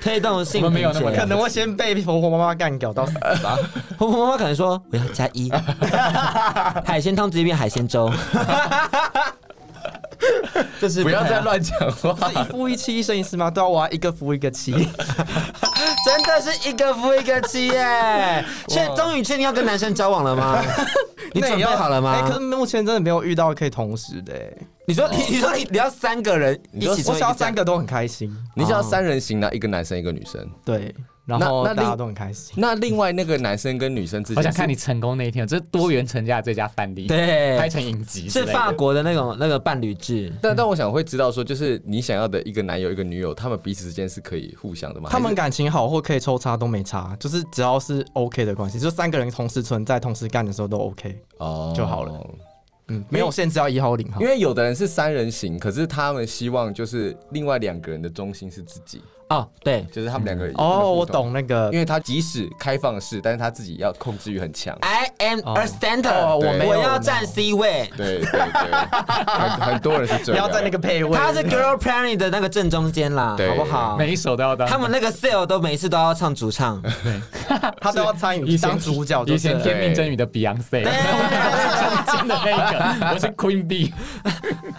Speaker 2: 推动性
Speaker 4: 我们没有
Speaker 2: 平
Speaker 4: 那么
Speaker 5: 可
Speaker 2: 权。
Speaker 5: 能会先被婆婆妈妈干掉到死吧。
Speaker 2: 婆婆妈妈可能说我要加一，海鲜汤直接变海鲜粥。这是
Speaker 3: 不要
Speaker 2: 太
Speaker 3: 再乱讲话
Speaker 5: 不是一夫一妻一生一世吗？对啊，我要一个夫一个妻。
Speaker 2: 真的是一个夫一个妻耶！确终于确定要跟男生交往了吗？你
Speaker 5: 那
Speaker 2: 准
Speaker 5: 也
Speaker 2: 备
Speaker 5: 要
Speaker 2: 好了
Speaker 5: 哎
Speaker 2: 吗
Speaker 5: 可是？目前真的没有遇到可以同时的、哎
Speaker 2: 你说你你说你你要三个人一起
Speaker 5: 我
Speaker 2: 做一
Speaker 5: 想
Speaker 2: 个
Speaker 5: 要三个都很开心，
Speaker 3: [laughs] 你知道三人行呢、一个男生一个女生。
Speaker 5: 对，然后
Speaker 3: 那
Speaker 5: 大
Speaker 3: 那另
Speaker 5: 家都很开心。
Speaker 3: 那另外那个男生跟女生之间是，
Speaker 4: 我想看你成功那一天，这是多元成家的最佳范例，拍
Speaker 2: 对，
Speaker 4: 成影集之
Speaker 2: 是
Speaker 4: 类的
Speaker 2: 法国的那种那个伴侣制。
Speaker 3: 但但我想会知道说，就是你想要的一个男友一个女友，他们彼此之间是可以互相的吗？
Speaker 5: 他们
Speaker 3: 还
Speaker 5: 感情好或可以抽插都没差，就是只要是 OK 的关系，就三个人同时存在、同时干的时候都 OK，
Speaker 3: 是哦
Speaker 5: 就好了嗯，没有限制要一号零号
Speaker 3: 因。为有的人是三人行，可是他们希望就是另外两个人的中心是自己，
Speaker 2: 哦，对，
Speaker 3: 就是他们两个人
Speaker 5: 哦，我
Speaker 3: 互动。
Speaker 5: 懂那个
Speaker 3: 因，为他即使开放式，但是他自己要控制欲很强。
Speaker 2: I am a standard，、
Speaker 5: 哦
Speaker 3: 我没有
Speaker 2: 我要站 C 位。
Speaker 3: 对对对， [laughs] 很很多人是
Speaker 5: 不
Speaker 3: 这样。
Speaker 5: 要在那个配位， [laughs]
Speaker 2: 他是 Girl Planet 的那个正中间啦，
Speaker 3: 对
Speaker 2: 好不好？
Speaker 4: 每一首都要当。
Speaker 2: 他们那个 sale 都每一次都要唱主唱，
Speaker 5: 他都要参
Speaker 4: 以
Speaker 5: 与
Speaker 4: 前
Speaker 5: 当主角，
Speaker 4: 以
Speaker 5: 就是啊
Speaker 4: 前
Speaker 5: 了
Speaker 4: 天命真女的 Beyonce， [laughs]
Speaker 2: 对
Speaker 4: 真的那一个，我是 Queen B，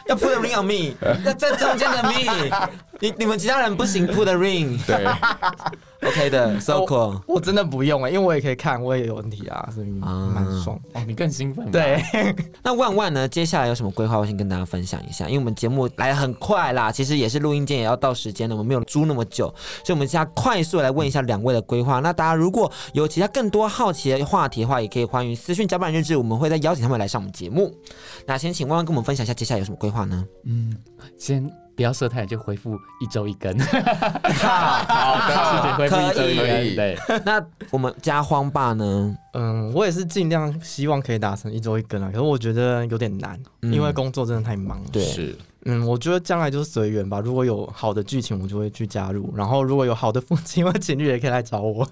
Speaker 2: 要 put a ring on me，要正中间的 me，你你们其他人不行 put a ring，OK、
Speaker 3: 对，
Speaker 2: [laughs] 的，so
Speaker 5: 哦
Speaker 2: cool。
Speaker 5: 我真的不用哎、因为我也可以看，我也有问题啊，所嗯以
Speaker 2: 啊
Speaker 5: 蛮爽。
Speaker 4: 哦，你更兴奋吧，
Speaker 5: 对， [laughs]
Speaker 2: 那万万呢？接下来有什么规划？我先跟大家分享一下，因为我们节目来得很快啦，其实也是录音间也要到时间了，我们没有租那么久，所以我们现在快速来问一下两位的规划。那大家如果有其他更多好奇的话题的话，也可以欢迎私讯甲板日志，我们会再邀请他们来上我们节目。那先请万万跟我们分享一下接下来有什么规划呢？
Speaker 4: 先不要设太阳，就恢复一周一根，好，直接恢复一周一
Speaker 3: 可
Speaker 4: 根，
Speaker 3: 以
Speaker 4: 对，
Speaker 2: 那我们家荒爸呢？
Speaker 5: 嗯，我也是尽量希望可以达成一周一更啊，可是我觉得有点难，因为工作真的太忙了。
Speaker 2: 对，
Speaker 3: 是
Speaker 5: 嗯，我觉得将来就是随缘吧。如果有好的剧情，我就会去加入；然后如果有好的夫妻或情侣，也可以来找我。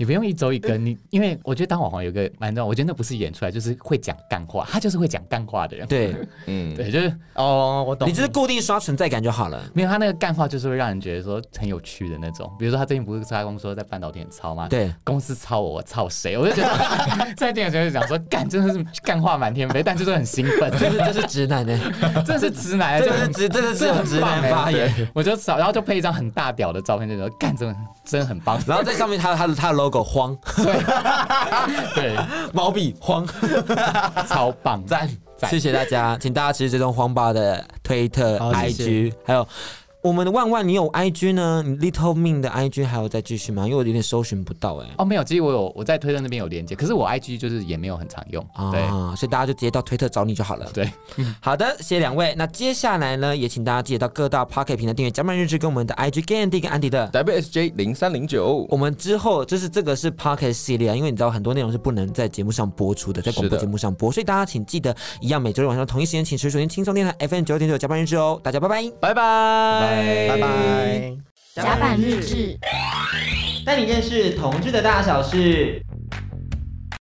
Speaker 4: 你不用一周一根，你因为我觉得当网红有一个蛮重要，我觉得那不是演出来，就是会讲干话，他就是会讲干话的人，
Speaker 2: 对，
Speaker 3: 嗯，
Speaker 4: 对，就是
Speaker 5: 哦，我懂
Speaker 2: 你就是固定刷存在感就好了。
Speaker 4: 没有他那个干话，就是会让人觉得说很有趣的那种。比如说他最近不是在公司说在半导体很糙吗？
Speaker 2: 对，
Speaker 4: 公司操我，我操谁？我就觉得 [laughs] 在电影节就讲说干，真的是干话满天飞，但就是很兴奋， [laughs]
Speaker 2: 这是这是直男呢、
Speaker 4: 真的是直男，
Speaker 2: 这
Speaker 4: 就
Speaker 2: 个是
Speaker 4: 很
Speaker 2: 直，这个是
Speaker 4: 这
Speaker 2: 有
Speaker 4: 很
Speaker 2: 直
Speaker 4: 棒
Speaker 2: 男
Speaker 4: 欸
Speaker 2: 发言。
Speaker 4: 我就找，然后就配一张很大屌的照片，就说干，真的真的很棒，
Speaker 2: 然后在上面他有他的他的 logo 慌，
Speaker 4: 对，
Speaker 2: 毛笔慌
Speaker 4: 超棒，
Speaker 2: 赞，
Speaker 4: 赞
Speaker 2: 谢谢大家，请大家持续追踪荒爸的推特、
Speaker 5: 好谢
Speaker 2: IG，
Speaker 5: 谢
Speaker 2: 还有我们的万万，你有 IG 呢？你 Little Min 的 IG 还有再继续吗？因为我有点搜寻不到哎、
Speaker 4: 哦，没有，其实我有我在推特那边有连接，可是我 IG 就是也没有很常用，对。
Speaker 2: 啊，所以大家就直接到推特找你就好了。
Speaker 4: 对，
Speaker 2: 好的，谢谢两位。那接下来呢，也请大家记得到各大 Pocket 平台订阅《甲板日志》跟我们的 IG Gandy 跟安迪的
Speaker 3: WSJ 零三零九
Speaker 2: 我，们之后就是这个是 Pocket 系列啊，因为你知道很多内容是不能在节目上播出的，在广
Speaker 3: 是
Speaker 2: 播
Speaker 3: 的
Speaker 2: 节目上播，所以大家请记得一样每周日晚上同一时间，请持续收听轻松电台 FM 九点九加班日志哦，大家拜拜。
Speaker 3: 拜拜
Speaker 5: 拜拜。
Speaker 1: 甲板日志。
Speaker 2: 带你认识同志的大小事。